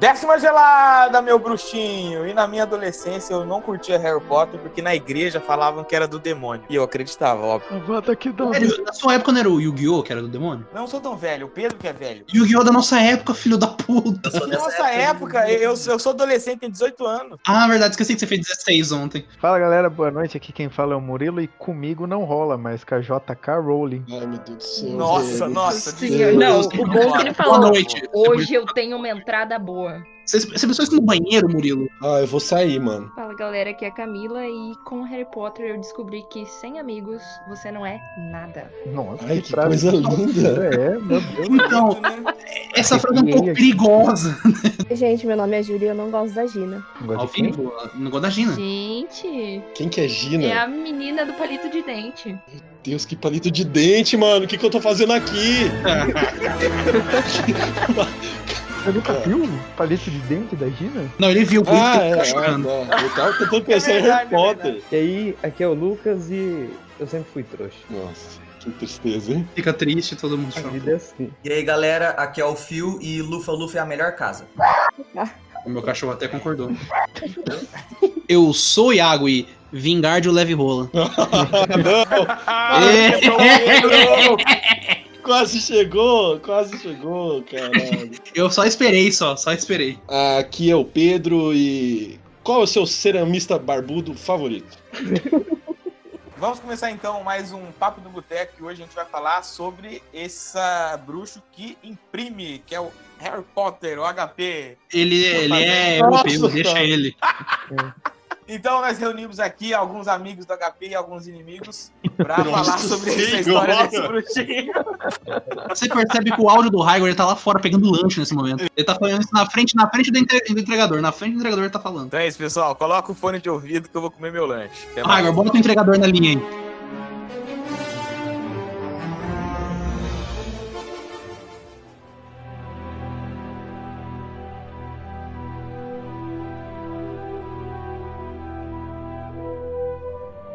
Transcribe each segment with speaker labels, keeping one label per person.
Speaker 1: Décima gelada, meu bruxinho! E na minha adolescência eu não curtia Harry Potter porque na igreja falavam que era do demônio. E eu acreditava, óbvio.
Speaker 2: Vota aqui da
Speaker 3: Velho, na sua época não era o Yu-Gi-Oh! que era do demônio?
Speaker 1: Não sou tão velho, o Pedro que é velho.
Speaker 3: Yu-Gi-Oh! da nossa época, filho da puta.
Speaker 1: Nossa época, eu, eu sou adolescente, tenho 18 anos.
Speaker 3: Ah, verdade, esqueci que você fez 16 ontem.
Speaker 2: Fala galera, boa noite. Aqui quem fala é o Murilo e comigo não rola mais com a JK Rowling.
Speaker 4: Ai, meu Deus do céu.
Speaker 1: Nossa,
Speaker 4: velho.
Speaker 1: nossa.
Speaker 4: Sim,
Speaker 3: Não,
Speaker 4: eu-
Speaker 3: sim.
Speaker 1: Boa
Speaker 3: o
Speaker 1: noite.
Speaker 3: bom
Speaker 5: que ele falou.
Speaker 3: Boa noite.
Speaker 5: Hoje eu tenho uma entrada boa.
Speaker 3: Você, você pensou isso no banheiro, Murilo?
Speaker 4: Ah, eu vou sair, mano.
Speaker 5: Fala galera, aqui é a Camila e com Harry Potter eu descobri que sem amigos você não é nada.
Speaker 2: Nossa,
Speaker 4: Ai, que
Speaker 2: frase
Speaker 4: coisa linda.
Speaker 2: É, meu Deus.
Speaker 3: Então,
Speaker 1: né?
Speaker 3: essa frase é um pouco perigosa.
Speaker 6: Gente, meu nome é Júlia e eu não gosto da Gina.
Speaker 3: Ao
Speaker 2: Gosta de quem?
Speaker 3: vivo, no gol da Gina.
Speaker 5: Gente,
Speaker 4: Quem que é Gina?
Speaker 5: é a menina do palito de dente.
Speaker 4: Deus, que palito de dente, mano. O que, que eu tô fazendo aqui?
Speaker 2: Você nunca
Speaker 4: É.
Speaker 2: viu o palito de dente da Gina?
Speaker 3: Não, ele viu, por isso que
Speaker 4: Ah,
Speaker 3: ele
Speaker 4: é,
Speaker 3: tá
Speaker 4: ah,
Speaker 3: chorando.
Speaker 4: não. Eu tava tentando pensar
Speaker 1: É
Speaker 4: em
Speaker 1: verdade,
Speaker 4: Harry
Speaker 1: é
Speaker 4: Potter.
Speaker 7: E aí, aqui é o Lucas e eu sempre fui trouxa.
Speaker 4: Nossa, que tristeza, hein?
Speaker 3: Fica triste, todo mundo
Speaker 7: A
Speaker 3: chora. um
Speaker 7: vida é assim.
Speaker 8: E aí, galera, aqui é o Fio e Lufa Lufa é a melhor casa.
Speaker 3: O meu cachorro até concordou. Eu sou o Iago e Vingardio leve rola.
Speaker 4: não,
Speaker 1: Pedro!
Speaker 4: quase chegou, quase chegou, caralho.
Speaker 3: Eu só esperei, só, só esperei.
Speaker 4: Aqui é o Pedro e. Qual é o seu ceramista barbudo favorito?
Speaker 1: Vamos começar então mais um Papo do Boteco. E hoje a gente vai falar sobre essa bruxo que imprime, que é o Harry Potter, o HP.
Speaker 3: Ele, ele é
Speaker 4: Nossa,
Speaker 3: europeu, deixa
Speaker 4: cara.
Speaker 3: ele.
Speaker 1: Então nós reunimos aqui alguns amigos do HP e alguns inimigos para
Speaker 4: Nossa
Speaker 1: falar sobre essa
Speaker 4: Senhora!
Speaker 1: história desse bruxinho.
Speaker 3: Você percebe que o áudio do Raigor ele tá lá fora pegando lanche nesse momento. Ele tá falando isso na frente, na frente do, entre- do entregador. Na frente do entregador ele tá falando.
Speaker 1: Então é isso, pessoal. Coloca o fone de ouvido que eu vou comer meu lanche. Até É mais.
Speaker 3: Raigor, bota o entregador na linha aí.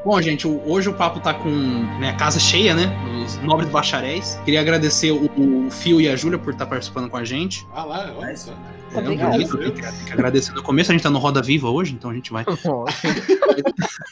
Speaker 3: Bom, gente, o- hoje o papo tá com né, a casa cheia, né? Os nobres bacharéis. Queria agradecer o, o Fio e a Júlia por estar participando com a gente.
Speaker 4: Ah lá, olha só.
Speaker 3: É,
Speaker 6: Obrigada.
Speaker 3: bonito, tem que, tem que agradecer no começo, a gente tá no Roda Viva hoje, então a gente vai.
Speaker 2: Nossa,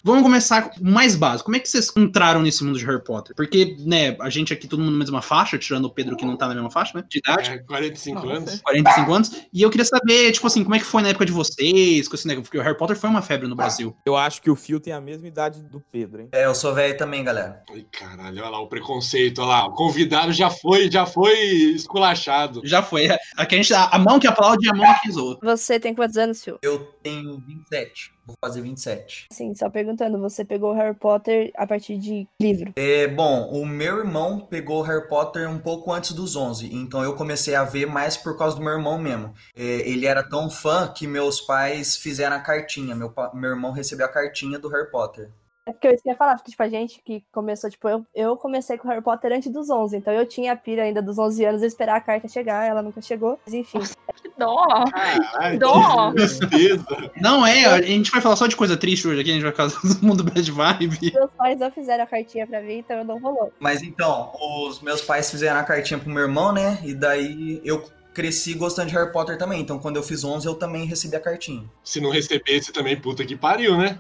Speaker 3: Vamos começar com o mais básico. Como é que vocês entraram nesse mundo de Harry Potter? Porque, né, a gente aqui, todo mundo na mesma faixa, tirando o Pedro que não tá na mesma faixa, né? De idade.
Speaker 4: É, 45 anos.
Speaker 3: 45 anos, e eu queria saber, tipo assim, como é que foi na época de vocês, com esse negócio, porque o Harry Potter foi uma febre no Brasil.
Speaker 1: Eu acho que o Fio tem a mesma idade do Pedro, hein?
Speaker 8: É, eu sou velho também, galera.
Speaker 4: Ai, caralho, olha lá o preconceito, olha lá. O convidado já foi, já foi esculachado.
Speaker 3: Já foi. Aqui a, gente, a, a mão que aplaude e a mão que zoa.
Speaker 6: Você tem quantos anos, Phil?
Speaker 8: Eu tenho 27, vou fazer 27.
Speaker 6: Assim, só perguntando, você pegou Harry Potter a partir de livro?
Speaker 8: É, bom, o meu irmão pegou Harry Potter um pouco antes dos 11, então eu comecei a ver mais por causa do meu irmão mesmo. É, ele era tão fã que meus pais fizeram a cartinha, meu, pa- meu irmão recebeu a cartinha do Harry Potter.
Speaker 6: É porque eu ia falar, porque, tipo, a gente que começou, tipo, eu, eu comecei com Harry Potter antes dos 11, então eu tinha a pira ainda dos 11 anos, eu esperar a carta chegar, ela nunca chegou, mas enfim.
Speaker 5: Que dó!
Speaker 4: Caralho,
Speaker 5: Dó!
Speaker 4: que tristeza.
Speaker 3: Não é, a gente vai falar só de coisa triste hoje aqui, a gente vai ficar todo mundo bad vibe.
Speaker 6: Meus pais não fizeram a cartinha pra mim, então eu não rolou.
Speaker 8: Mas então, os meus pais fizeram a cartinha pro meu irmão, né? E daí eu cresci gostando de Harry Potter também, então quando eu fiz 11 eu também recebi a cartinha. É.
Speaker 4: Se não recebesse também, puta que pariu, né?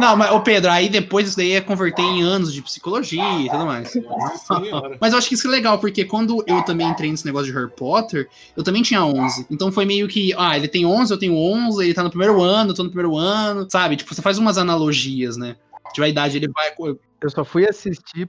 Speaker 3: Não, mas, ô Pedro, aí depois isso daí é converter em anos de psicologia e tudo mais.
Speaker 4: Nossa senhora.
Speaker 3: Mas eu acho que isso é legal, porque quando eu também entrei nesse negócio de Harry Potter, eu também tinha 11. Então foi meio que, ah, ele tem 11, eu tenho 11, ele tá no primeiro ano, eu tô no primeiro ano, sabe? Tipo, você faz umas analogias, né? De a idade, ele vai.
Speaker 2: eu só fui assistir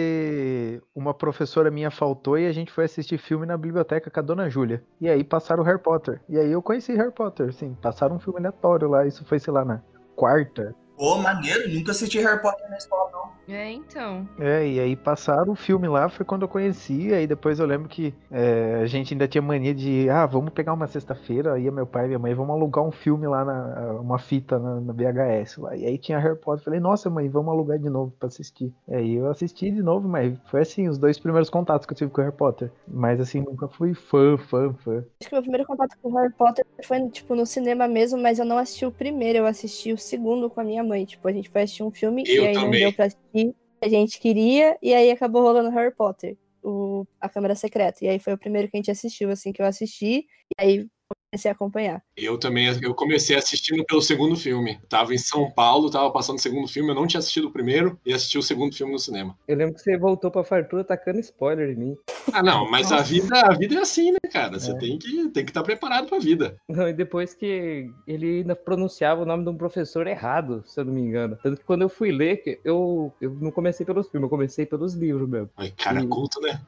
Speaker 2: porque uma professora minha faltou e a gente foi assistir filme na biblioteca com a dona Júlia. E aí passaram o Harry Potter. E aí eu conheci Harry Potter, sim, passaram um filme aleatório lá, isso foi, sei lá, na quarta.
Speaker 8: Ô, maneiro, nunca assisti Harry Potter na escola, não.
Speaker 5: É, então.
Speaker 2: É, e aí passaram o filme lá, foi quando eu conheci, aí depois eu lembro que é, a gente ainda tinha mania de, ah, vamos pegar uma sexta-feira, aí meu pai e minha mãe, vamos alugar um filme lá, na, uma fita na, na VHS lá, e aí tinha Harry Potter, falei, nossa mãe, vamos alugar de novo pra assistir. E aí eu assisti de novo, mas foi assim, os dois primeiros contatos que eu tive com Harry Potter, mas assim, nunca fui fã, fã, fã.
Speaker 6: Acho que meu primeiro contato com Harry Potter foi, tipo, no cinema mesmo, mas eu não assisti o primeiro, eu assisti o segundo com a minha mãe. Tipo, a gente foi assistir um filme
Speaker 4: Eu
Speaker 6: e aí não
Speaker 4: também.
Speaker 6: deu pra assistir. A gente queria, e aí acabou rolando Harry Potter, o, a Câmara Secreta. E aí foi o primeiro que a gente assistiu, assim, que eu assisti. E aí comecei a acompanhar.
Speaker 4: Eu também, eu comecei assistindo pelo segundo filme. Tava em São Paulo, tava passando o segundo filme, eu não tinha assistido o primeiro e assisti o segundo filme no cinema.
Speaker 7: Eu lembro que você voltou pra fartura tacando spoiler em mim.
Speaker 4: Ah, não, mas a vida, a vida é assim, né, cara? Você tem que tem que estar preparado pra vida.
Speaker 7: Não, e depois que ele ainda pronunciava o nome de um professor errado, se eu não me engano. Tanto que quando eu fui ler, que eu, eu não comecei pelos filmes, eu comecei pelos livros mesmo.
Speaker 4: Ai, cara,
Speaker 7: Sim.
Speaker 4: culto, né?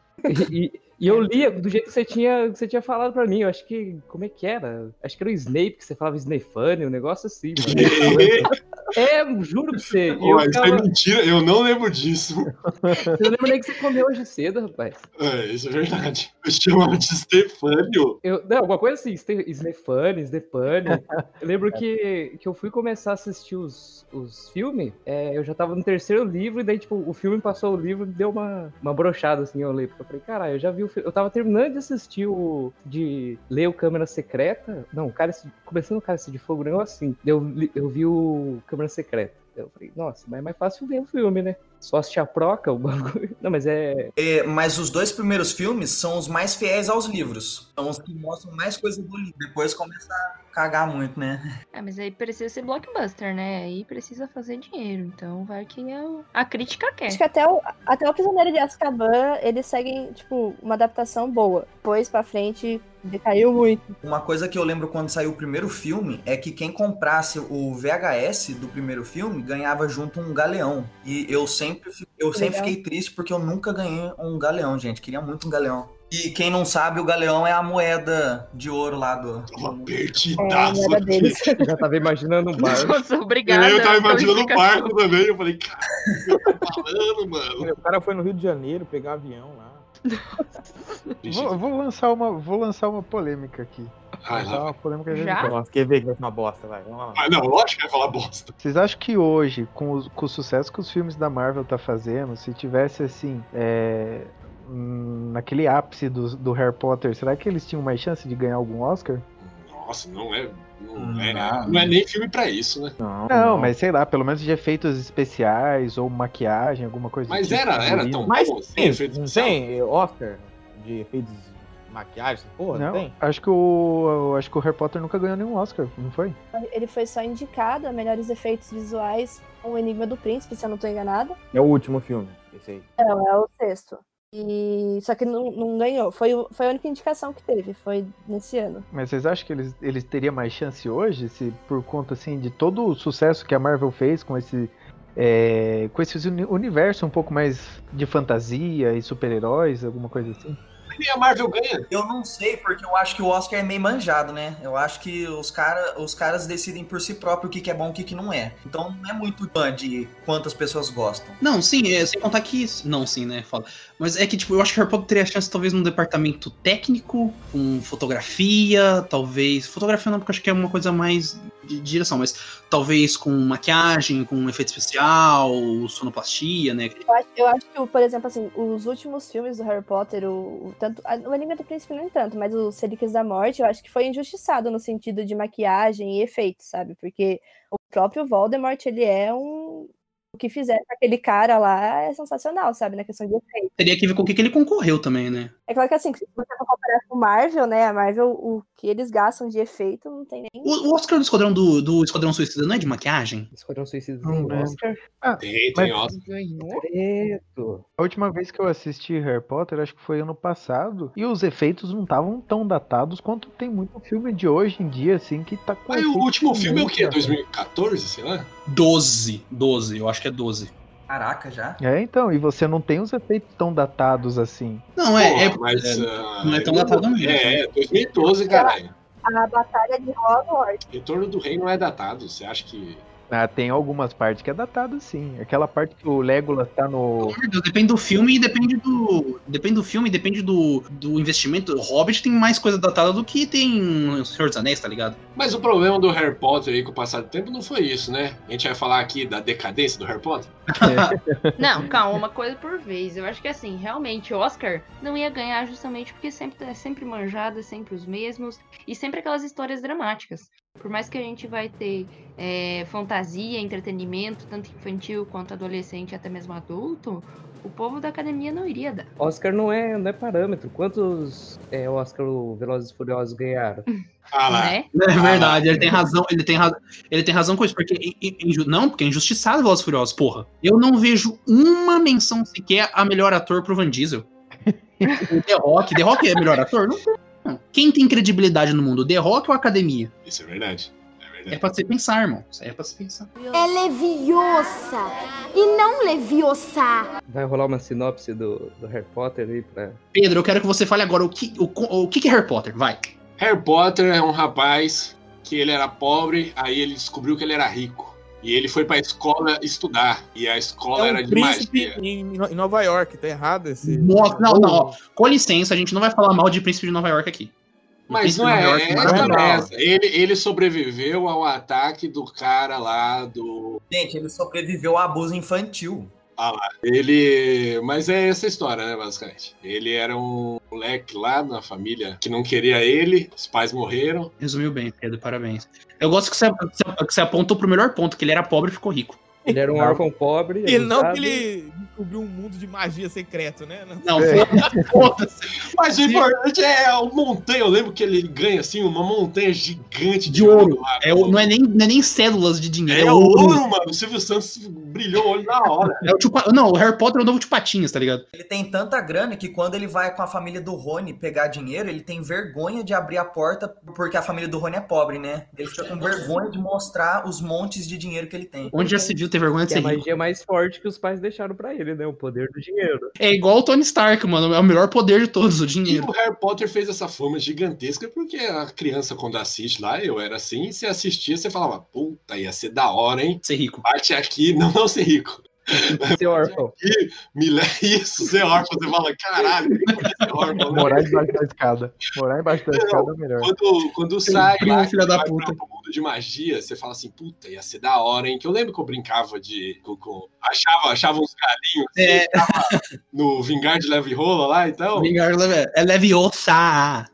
Speaker 7: E, e- e eu lia do jeito que você tinha, que você tinha falado pra mim. Eu acho que. Como é que era? Acho que era o Snape, que você falava Snefane, um negócio assim, mano. é, juro pra você. E Eu,
Speaker 4: Pô, isso
Speaker 7: ficava-
Speaker 4: é mentira, eu não lembro disso.
Speaker 7: eu lembro nem que você comeu hoje cedo, rapaz.
Speaker 4: É, isso é verdade. Eu chamava de Stefânio.
Speaker 7: Eu, não, alguma coisa assim, Ste- Snefane, Snefane. Eu
Speaker 2: É.
Speaker 7: lembro que, que eu fui começar a assistir os, os filmes, é, eu já tava no terceiro livro, e daí, tipo, o filme passou o livro e deu uma, uma brochada, assim, eu leio. Porque eu falei, caralho, eu já vi o filme. Eu tava terminando de assistir o. de ler o Câmera Secreta. Não, o cara. começando o Cálice de Fogo, um negócio assim. Daí Eu, li- eu vi o Câmera Secreta. Daí Eu falei, nossa, mas é mais fácil ver o filme, né? Só se chaproca o bagulho. Não, mas é.
Speaker 8: É, mas os dois primeiros filmes são os mais fiéis aos livros. São os que mostram mais coisa do livro. Depois começa a cagar muito, né?
Speaker 9: Ah, mas aí precisa ser blockbuster, né? Aí precisa fazer dinheiro. Então vai que é o- a crítica quer.
Speaker 6: Acho que até o, até o Prisioneiro de Azkaban, eles seguem, tipo, uma adaptação boa. Depois, pra frente, decaiu muito. né,
Speaker 8: Uma coisa que eu lembro quando saiu o primeiro filme é que quem comprasse o VHS do primeiro filme ganhava junto um galeão. E eu sempre, fi- eu sempre
Speaker 6: Legal.
Speaker 8: fiquei triste porque eu nunca ganhei um galeão, gente. Queria muito um galeão. E quem não sabe, o galeão é a moeda de ouro lá do.
Speaker 4: Tava
Speaker 6: É, a
Speaker 4: perdidaço
Speaker 6: moeda
Speaker 4: aqui.
Speaker 6: deles.
Speaker 7: Eu já tava imaginando um bar.
Speaker 9: Nossa, obrigada.
Speaker 4: Eu tava
Speaker 9: pela
Speaker 4: imaginando o
Speaker 9: explicação.
Speaker 4: barco também. Eu falei, cara, o que eu tô falando, mano?
Speaker 10: O cara foi no Rio de Janeiro pegar avião lá.
Speaker 2: Vou, vou lançar uma, vou lançar uma polêmica aqui.
Speaker 4: Ai,
Speaker 2: Vou lançar
Speaker 4: lá.
Speaker 2: uma polêmica
Speaker 9: Já?
Speaker 1: Ah.
Speaker 2: gigante.
Speaker 10: Nossa, quer ver que vai ser uma bosta, vai. Vamos lá.
Speaker 4: Ah, não, lógico que vai falar bosta.
Speaker 2: Vocês acham que hoje, com, os- com o sucesso que os filmes da Marvel tá fazendo, se tivesse assim, é, hum, naquele ápice do, do Harry Potter, será que eles tinham mais chance de ganhar algum Oscar?
Speaker 4: Nossa, não é. Não é,
Speaker 8: Não.
Speaker 4: não é nem filme pra isso, né?
Speaker 10: Não,
Speaker 2: Não, mas sei lá, pelo menos de efeitos especiais ou maquiagem, alguma coisa do
Speaker 4: Mas
Speaker 2: tipo,
Speaker 4: era, era
Speaker 2: figurino.
Speaker 4: tão
Speaker 10: Mas
Speaker 4: bom assim,
Speaker 10: Tem,
Speaker 4: efeito
Speaker 10: não
Speaker 4: especial.
Speaker 10: tem Oscar de efeitos maquiagem? Porra, não,
Speaker 2: Não,
Speaker 10: tem?
Speaker 2: acho que o acho que o Harry Potter nunca ganhou nenhum Oscar, não foi?
Speaker 6: Ele foi só indicado a melhores efeitos visuais com o Enigma do Príncipe, se eu não tô enganada.
Speaker 10: É o último filme, esse aí.
Speaker 6: Não, é o sexto. E... Só que não, não ganhou. Foi, o- foi a única indicação que teve, foi nesse ano.
Speaker 2: Mas vocês acham que eles, eles teriam mais chance hoje, se por conta assim de todo o sucesso que a Marvel fez com esse é, com esse uni- universo um pouco mais de fantasia e super-heróis, alguma coisa assim?
Speaker 4: E a Marvel ganha.
Speaker 8: Eu não sei, porque eu acho que o Oscar é meio manjado, né? Eu acho que os, cara, os caras decidem por si próprio o que, que é bom e o que, que não é. Então não é muito fã de quantas pessoas gostam.
Speaker 3: Não, sim, é, sem contar que. Não, sim, né? Foda. Mas é que, tipo, eu acho que Harry Potter teria chance, talvez, num departamento técnico, com fotografia, talvez. Fotografia não, porque eu acho que é uma coisa mais de direção, mas talvez com maquiagem, com efeito especial, sonoplastia, né?
Speaker 6: Eu acho, eu acho que, por exemplo, assim, os últimos filmes do Harry Potter, o, o tanto, a- o Enigma do Príncipe nem tanto, mas os Relíquias da Morte, eu acho que foi injustiçado no sentido de maquiagem e efeitos, sabe? Porque o próprio Voldemort, ele é um... O que fizeram com aquele cara lá é sensacional, sabe? Na questão de efeito.
Speaker 3: Teria que ver com o que, que ele concorreu também, né?
Speaker 6: É claro que, assim, se você for comparar com Marvel, né? A Marvel, o que eles gastam de efeito não tem nem...
Speaker 3: O, o Oscar do Esquadrão do, do Esquadrão Suicida não é de maquiagem?
Speaker 7: Esquadrão Suicida
Speaker 2: Não
Speaker 7: sem
Speaker 2: lembro.
Speaker 7: Oscar.
Speaker 4: Tem, tem, ó.
Speaker 9: Ganhou?
Speaker 7: Preto.
Speaker 2: A última vez que eu assisti Harry Potter, acho que foi ano passado, e os efeitos não estavam tão datados quanto tem muito filme de hoje em dia, assim, que tá com.
Speaker 4: Mas o
Speaker 2: efeito
Speaker 4: último filme é o
Speaker 2: muito
Speaker 4: quê?
Speaker 2: datado.
Speaker 4: 2014, sei lá?
Speaker 3: 12. 12, eu acho que é 12.
Speaker 8: Caraca, já?
Speaker 2: É, então, e você não tem os efeitos tão datados assim.
Speaker 3: Não, é. é-
Speaker 4: Pô, mas,
Speaker 3: é,
Speaker 4: ah,
Speaker 3: não é tão
Speaker 4: eu-
Speaker 3: datado mesmo.
Speaker 4: É, é, 2012, caralho.
Speaker 6: A Batalha de Hogwarts,
Speaker 4: Retorno do Rei não é datado. Você acha que.
Speaker 2: Ah, tem algumas partes que é datado sim. Aquela parte que o Legolas tá no.
Speaker 3: Pelo amor de Deus, Depende do filme e depende do. Depende do filme, depende do, do investimento. O Hobbit tem mais coisa datada do que tem o Senhor dos Anéis, tá ligado?
Speaker 4: Mas o problema do Harry Potter aí com o passar do tempo não foi isso, né? A gente vai falar aqui da decadência do Harry Potter?
Speaker 9: Não, calma, uma coisa por vez. Eu acho que assim, realmente, Oscar não ia ganhar é justamente porque sempre é sempre manjada, sempre os mesmos e sempre aquelas histórias dramáticas. Por mais que a gente vai ter é, fantasia, entretenimento, tanto infantil quanto adolescente, até mesmo adulto, o povo da academia não iria dar.
Speaker 7: Oscar não é, não é parâmetro. Quantos é, Oscar o Velozes e Furiosos ganharam?
Speaker 4: Ah lá.
Speaker 9: Né?
Speaker 3: É verdade, ele tem razão, ele tem, ra- ele tem razão com isso, porque in- in- inju- não, porque é injustiçado Velozes e Furiosos, porra. Eu não vejo uma menção sequer a melhor ator pro Van Diesel. o The Rock, The Rock é melhor ator? Não, não. Quem tem credibilidade no mundo, The Rock ou a Academia?
Speaker 4: Isso é verdade. É
Speaker 3: É
Speaker 4: verdade.
Speaker 3: pra se pensar, irmão. Isso aí é pra se pensar.
Speaker 11: É leviosa e não leviosa.
Speaker 7: Vai rolar uma sinopse do, do Harry Potter aí pra.
Speaker 3: Pedro, eu quero que você fale agora o que, o, co- o que, que é Harry Potter, vai.
Speaker 4: Harry Potter é um rapaz que ele era pobre, aí ele descobriu que ele era rico. E ele foi pra escola estudar. E a escola
Speaker 1: É
Speaker 4: era
Speaker 1: um
Speaker 4: de
Speaker 1: príncipe
Speaker 4: magia.
Speaker 1: em, em Nova York, tá errado esse.
Speaker 3: Nossa, não, não, ó. Com licença, a gente não vai falar mal de Príncipe de Nova York aqui. O
Speaker 4: Mas
Speaker 3: Príncipe
Speaker 4: não
Speaker 3: de
Speaker 4: é,
Speaker 3: Nova York
Speaker 4: é
Speaker 3: maravilhoso.
Speaker 4: essa peça. Ele, ele sobreviveu ao ataque do cara lá do.
Speaker 8: Gente, ele sobreviveu ao abuso infantil.
Speaker 4: Ele. Mas é essa história, né, basicamente? Ele era um moleque lá na família que não queria ele, os pais morreram.
Speaker 3: Resumiu bem, Pedro, parabéns. Eu gosto que você, que você- que você apontou pro melhor ponto, que ele era pobre e ficou rico.
Speaker 7: Ele era um
Speaker 2: Não.
Speaker 7: órfão pobre.
Speaker 1: E não
Speaker 7: abusado.
Speaker 1: que ele descobriu um mundo de magia secreto, né? Não.
Speaker 3: Não,
Speaker 2: É.
Speaker 3: foda-se, foda-se.
Speaker 4: Mas o importante é a montanha. Eu lembro que ele ganha assim uma montanha gigante de,
Speaker 3: De ouro.
Speaker 4: lá.
Speaker 3: É, o- não, é nem, não é nem células de dinheiro,
Speaker 4: É
Speaker 3: é,
Speaker 4: ouro,
Speaker 3: ouro.
Speaker 4: mano. O Silvio Santos brilhou o olho na hora.
Speaker 3: É o Chupa- não, o Harry Potter é o novo Chupatinhas, tá ligado?
Speaker 8: Ele tem tanta grana que quando ele vai com a família do Rony pegar dinheiro, ele tem vergonha de abrir a porta porque a família do Rony é pobre, né? Ele fica com vergonha de mostrar os montes de dinheiro que ele tem.
Speaker 3: Onde já se viu ter vergonha de
Speaker 7: Que é a
Speaker 3: ser rico?
Speaker 7: magia mais forte que os pais deixaram pra ele, né? O poder do dinheiro.
Speaker 3: É igual o Tony Stark, mano. É o melhor poder de todos, o
Speaker 4: E
Speaker 3: dinheiro.
Speaker 4: o Harry Potter fez essa fama gigantesca porque a criança, quando assiste lá, eu era assim, você assistia, você falava, puta, ia ser da hora, hein?
Speaker 3: Ser rico.
Speaker 4: Bate aqui, não, não ser rico.
Speaker 7: Ser órfão.
Speaker 4: Me le- Isso, ser órfão, você fala, caralho, eu podia ser órfão, né?
Speaker 2: Morar debaixo da escada. Morar embaixo da escada é o melhor.
Speaker 4: Quando, quando sai
Speaker 3: um primo,
Speaker 4: lá,
Speaker 3: filha da
Speaker 4: vai pra-
Speaker 3: puta.
Speaker 4: pro mundo de magia, você fala assim, puta, ia ser da hora, hein? Que eu lembro que eu brincava de. Com, com- achava, achava uns carinhos assim,
Speaker 3: É.
Speaker 4: tava no Vingar de Leve Rola lá, então.
Speaker 3: Vingar leve- é leviosa.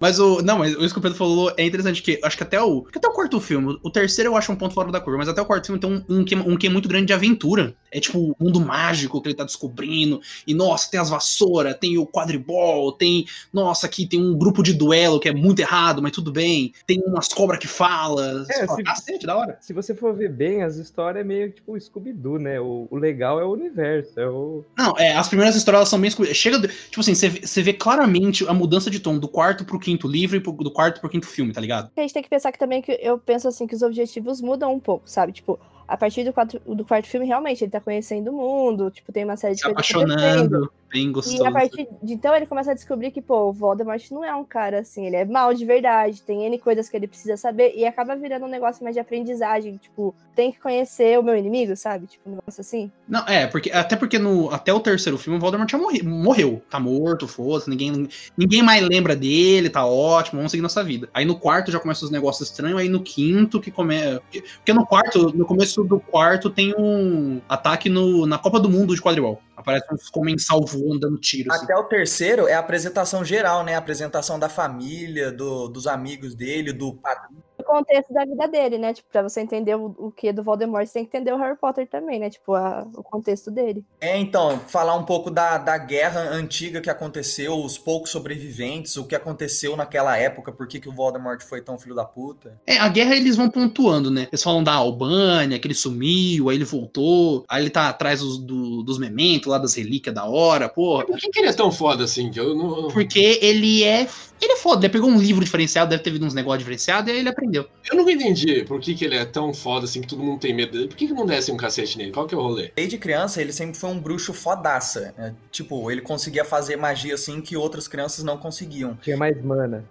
Speaker 3: Mas o. Não, mas isso que o Pedro falou é interessante, que acho que até o. que Até o quarto filme. O terceiro eu acho um ponto fora da curva, mas até o quarto filme tem um, um, que, um que é muito grande de aventura. É tipo o mundo mágico que ele tá descobrindo. E nossa, tem as vassouras, tem o quadribol, tem. Nossa, aqui tem um grupo de duelo que é muito errado, mas tudo bem. Tem umas cobras que fala.
Speaker 7: É,
Speaker 3: Você fala,
Speaker 7: se-
Speaker 3: Cacete, da hora.
Speaker 7: Se você for ver bem, as histórias é meio tipo o Scooby-Doo, né? O, o legal é o universo, é o...
Speaker 3: Não, é, as primeiras histórias elas são bem escuro. Chega. do- Tipo assim, você vê- você vê claramente a mudança de tom do quarto pro quinto livro e pro- do quarto pro quinto filme, tá ligado?
Speaker 6: A gente tem que pensar que também que eu penso assim que os objetivos mudam um pouco, sabe? Tipo, a partir do, quatro, do quarto filme, realmente, ele tá conhecendo o mundo, tipo, tem uma série de
Speaker 3: se
Speaker 6: coisas acontecendo.
Speaker 3: Tá apaixonando, bem gostoso.
Speaker 6: E a partir de então ele começa a descobrir que, pô, o Voldemort não é um cara assim, ele é mal de verdade, tem N coisas que ele precisa saber e acaba virando um negócio mais de aprendizagem, tipo, tem que conhecer o meu inimigo, sabe? Tipo, um negócio assim.
Speaker 3: Não, é, porque até porque no até o terceiro filme o Voldemort já morre- morreu, tá morto, foda-se, ninguém ninguém mais lembra dele, tá ótimo, vamos seguir nossa vida. Aí no quarto já começa os negócios estranhos, aí no quinto que começa, porque no quarto, no começo do quarto tem um ataque no, na Copa do Mundo de quadribol. Aparece uns comensal voando dando tiro assim.
Speaker 8: Até o terceiro é a apresentação geral, né? A apresentação da família, do- dos amigos dele, do padrinho.
Speaker 6: O contexto da vida dele, né? Tipo, pra você entender o, o que do Voldemort, você tem que entender o Harry Potter também, né? Tipo, a- o contexto dele.
Speaker 8: É, então, falar um pouco da, da guerra antiga que aconteceu, os poucos sobreviventes, o que aconteceu naquela época, por que, que o Voldemort foi tão filho da puta.
Speaker 3: É, a guerra eles vão pontuando, né? Eles falam da Albânia, que ele sumiu, aí ele voltou, aí ele tá atrás dos, do- dos mementos lá das relíquias da hora, porra.
Speaker 4: Por que, que ele é tão foda assim? Que eu não.
Speaker 3: Porque ele é. Ele é foda. Ele pegou um livro diferenciado, deve ter vindo uns negócios diferenciados, e aí ele aprendeu.
Speaker 4: Eu nunca entendi por que, que ele é tão foda assim que todo mundo tem medo dele. Por que, que não desce um cacete nele? Qual que é o rolê?
Speaker 8: Desde criança, ele sempre foi um bruxo fodaça. né? Tipo, ele conseguia fazer magia assim que outras crianças não conseguiam.
Speaker 7: Tinha é mais mana.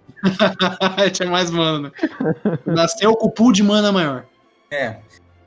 Speaker 3: Tinha mais mana. Nasceu com o pool de mana maior.
Speaker 8: É.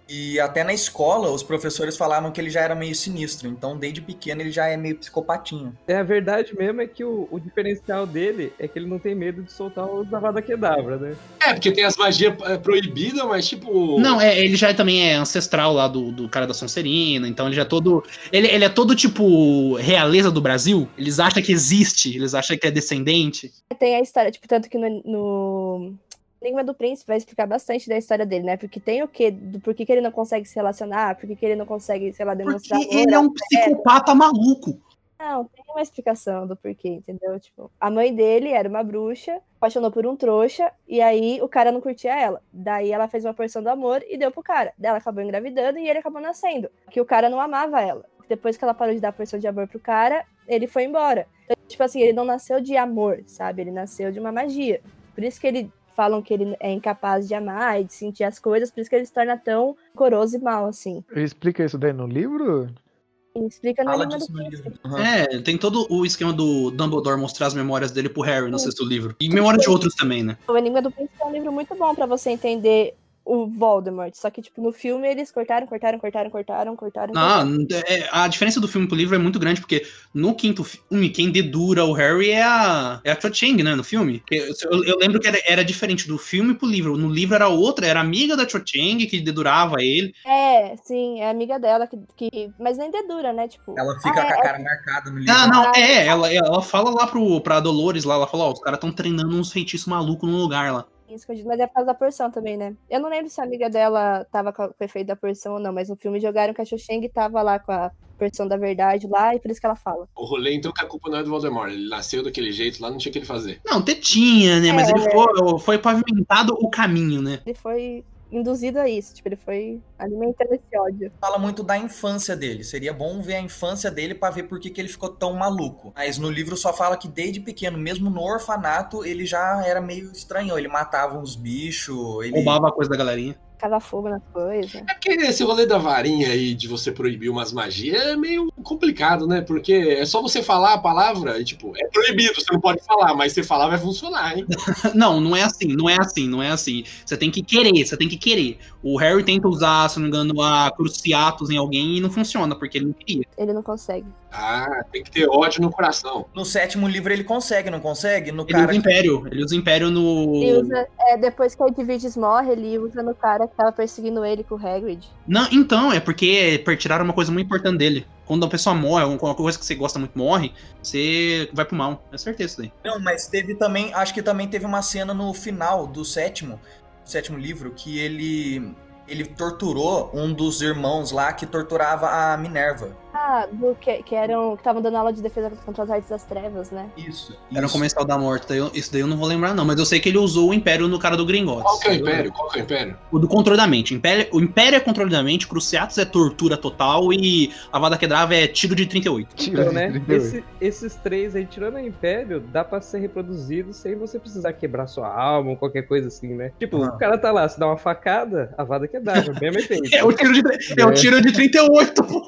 Speaker 8: E até na escola, os professores falavam que ele já era meio sinistro. Então, desde pequeno, ele já é meio psicopatinho.
Speaker 7: É, a verdade mesmo é que o, o diferencial dele é que ele não tem medo de soltar o Zavada Kedavra, né?
Speaker 4: É, porque tem as magias é, proibidas, mas tipo.
Speaker 3: Não, é, ele já também é ancestral lá do, do cara da Sonserina, então ele já é todo. Ele, ele é todo tipo realeza do Brasil. Eles acham que existe, eles acham que é descendente.
Speaker 6: Tem a história, tipo, tanto que no, no Enigma do Príncipe vai explicar bastante da história dele, né? Porque tem o quê? Do por que, que ele não consegue se relacionar, por que, que ele não consegue, sei lá,
Speaker 3: Porque
Speaker 6: demonstrar. amor
Speaker 3: ele é um psicopata maluco.
Speaker 6: Não, tem uma explicação do porquê, entendeu? Tipo, a mãe dele era uma bruxa, apaixonou por um trouxa, e aí o cara não curtia ela. Daí ela fez uma porção do amor e deu pro cara. Daí ela acabou engravidando e ele acabou nascendo. Que o cara não amava ela. Depois que ela parou de dar a porção de amor pro cara, ele foi embora. Então, tipo assim, ele não nasceu de amor, sabe? Ele nasceu de uma magia. Por isso que ele falam que ele é incapaz de amar e de sentir as coisas, por isso que ele se torna tão coroso e mal, assim.
Speaker 2: Ele explica isso daí no livro?
Speaker 6: E explica no
Speaker 8: Fala
Speaker 6: Enigma do
Speaker 8: disso no livro. Aham.
Speaker 3: É, tem todo o esquema do Dumbledore mostrar as memórias dele pro Harry no sexto livro. E memória de outros também, né?
Speaker 6: O Enigma do Príncipe é um livro muito bom pra você entender o Voldemort. Só que, tipo, no filme eles cortaram, cortaram, cortaram, cortaram, cortaram.
Speaker 3: Ah,
Speaker 6: cortaram.
Speaker 3: é- a diferença do filme pro livro é muito grande, porque no quinto filme, quem dedura o Harry é a, é a Cho Chang, né, no filme. Eu, eu- eu lembro que era, era diferente do filme pro livro. No livro era outra, era amiga da Cho Chang que dedurava ele.
Speaker 6: É, sim, é amiga dela que. que- Mas nem dedura, né? Tipo.
Speaker 8: Ela fica
Speaker 6: Ah,
Speaker 8: com
Speaker 6: é-
Speaker 8: a cara marcada no livro.
Speaker 3: Não, não, é, ela, ela fala lá pro, pra Dolores, lá, ela fala, ó, os caras tão treinando uns feitiços malucos num lugar lá.
Speaker 6: escondido, mas é por causa da porção também, né? Eu não lembro se a amiga dela tava com a- com o efeito da porção ou não, mas no filme jogaram que a Xoxeng tava lá com a porção da verdade lá, e por isso que ela fala.
Speaker 4: O rolê, então, que a culpa não é do Voldemort. Ele nasceu daquele jeito lá, não tinha o que ele fazer.
Speaker 3: Não, tetinha, né, mas
Speaker 6: É.
Speaker 3: ele foi, foi pavimentado o caminho, né.
Speaker 6: Ele foi induzido a isso, tipo, ele foi alimentando esse ódio.
Speaker 8: Fala muito da infância dele. Seria bom ver a infância dele pra ver por que, que ele ficou tão maluco. Mas no livro só fala que desde pequeno, mesmo no orfanato, ele já era meio estranhão. Ele matava uns bichos, ele
Speaker 3: Roubava a coisa da galerinha.
Speaker 6: Cava fogo nas coisas.
Speaker 4: É porque esse rolê da varinha aí de você proibir umas magias é meio complicado, né? Porque é só você falar a palavra e, tipo, é proibido, você não pode falar, mas você falar vai funcionar, hein?
Speaker 3: Não, não é assim, não é assim, não é assim. Você tem que querer, você tem que querer. O Harry tenta usar, se não me engano, a Cruciatus em alguém e não funciona, porque ele não queria.
Speaker 6: Ele não consegue.
Speaker 4: Ah, tem que ter ódio no coração.
Speaker 8: No sétimo livro ele consegue, não consegue? No
Speaker 3: Ele
Speaker 8: cara.
Speaker 3: usa Império, ele usa Império
Speaker 6: Ele
Speaker 3: no.
Speaker 6: usa, é, depois que o Edviges morre, ele usa no cara que tava perseguindo ele com o Hagrid.
Speaker 3: Não, então, é porque per- tiraram uma coisa muito importante dele. Quando a pessoa morre, ou uma coisa que você gosta muito morre, você vai pro mal. É certeza isso daí.
Speaker 8: Não, mas teve também. Acho que também teve uma cena no final do sétimo, sétimo livro que ele. Ele torturou um dos irmãos lá que torturava a Minerva.
Speaker 6: Ah, do, que, que eram. que estavam dando aula de defesa contra as artes das trevas, né?
Speaker 8: Isso.
Speaker 3: Era um o comensal da morte, daí eu- isso daí eu não vou lembrar, não. Mas eu sei que ele usou o Império no cara do Gringotes.
Speaker 4: Qual que é o império? Qual que é o império?
Speaker 3: O do controle da mente. Império- o Império é controle da mente, Cruciatus é tortura total e a Vada Quedrava é tiro de 38.
Speaker 2: Tiro
Speaker 7: Então,
Speaker 2: de
Speaker 7: né?
Speaker 2: 38.
Speaker 7: esse- esses três aí, tirando o Império, dá pra ser reproduzido sem você precisar quebrar sua alma ou qualquer coisa assim, né? Tipo,
Speaker 8: Ah.
Speaker 7: o cara tá lá, se dá uma facada, a vada que dá, mesmo efeito.
Speaker 3: É o tiro de, é o tiro de 38, pô.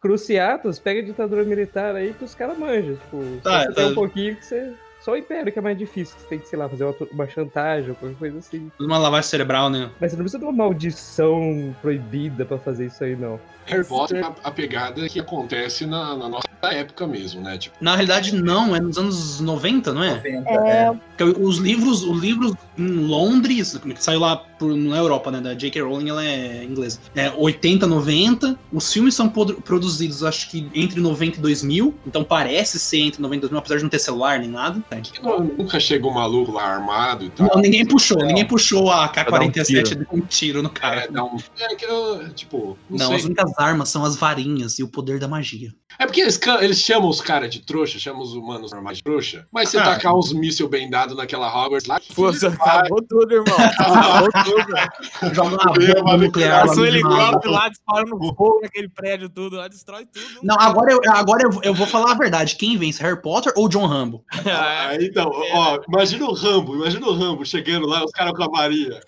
Speaker 7: Cruciatus, pega a ditadura militar aí que os caras manjam. Tipo,
Speaker 3: Tá,
Speaker 7: só você tem
Speaker 3: tá.
Speaker 7: um pouquinho que você. Só o Império que é mais difícil, que você tem que, sei lá, fazer uma, uma chantagem ou qualquer coisa assim.
Speaker 3: Uma lavagem cerebral, né?
Speaker 7: Mas você não precisa de uma maldição proibida pra fazer isso aí, não.
Speaker 4: Harry Potter é a- a pegada que acontece na, na nossa época mesmo, né? Tipo,
Speaker 3: Na realidade, não, é nos anos 90, não é?
Speaker 8: 90,
Speaker 6: É,
Speaker 8: é.
Speaker 3: Porque os livros, os livros em Londres, que saiu lá pro, na Europa, né? Da J.K. Rowling, ela é inglesa. É 80, 90. Os filmes são produ- produzidos, acho que entre 90 e 2000. Então parece ser entre 90 e 2000, apesar de não ter celular nem nada.
Speaker 4: que não- nunca chega um maluco lá armado e tal.
Speaker 3: Não, ninguém puxou, ninguém puxou a
Speaker 2: Pra
Speaker 3: K-47
Speaker 2: dar
Speaker 3: e deu um tiro no cara.
Speaker 4: É, não, é que eu, tipo, não,
Speaker 3: Não,
Speaker 4: sei.
Speaker 3: as únicas armas são as varinhas e o poder da magia.
Speaker 4: É porque eles, ca- eles chamam os caras de trouxa, chamam os humanos normais de trouxa, mas você
Speaker 3: Ah.
Speaker 4: tacar uns míssil bem dado naquela Hogwarts lá, tipo,
Speaker 1: Força, acabou tudo, irmão.
Speaker 3: Ah,
Speaker 1: Acabou tudo.
Speaker 3: Joga uma
Speaker 4: Eu
Speaker 3: bomba
Speaker 4: falei que
Speaker 3: nuclear. lá
Speaker 1: Passou
Speaker 3: no
Speaker 1: ele
Speaker 3: ginásio.
Speaker 1: golpe lá, dispara no fogo naquele prédio tudo, lá destrói tudo.
Speaker 3: Não, agora, eu, agora eu, eu vou falar a verdade. Quem vence, Harry Potter ou John Rambo?
Speaker 1: Ah,
Speaker 4: Ah, então, ó, imagina o Rambo, imagina o Rambo chegando lá, os caras com a Maria.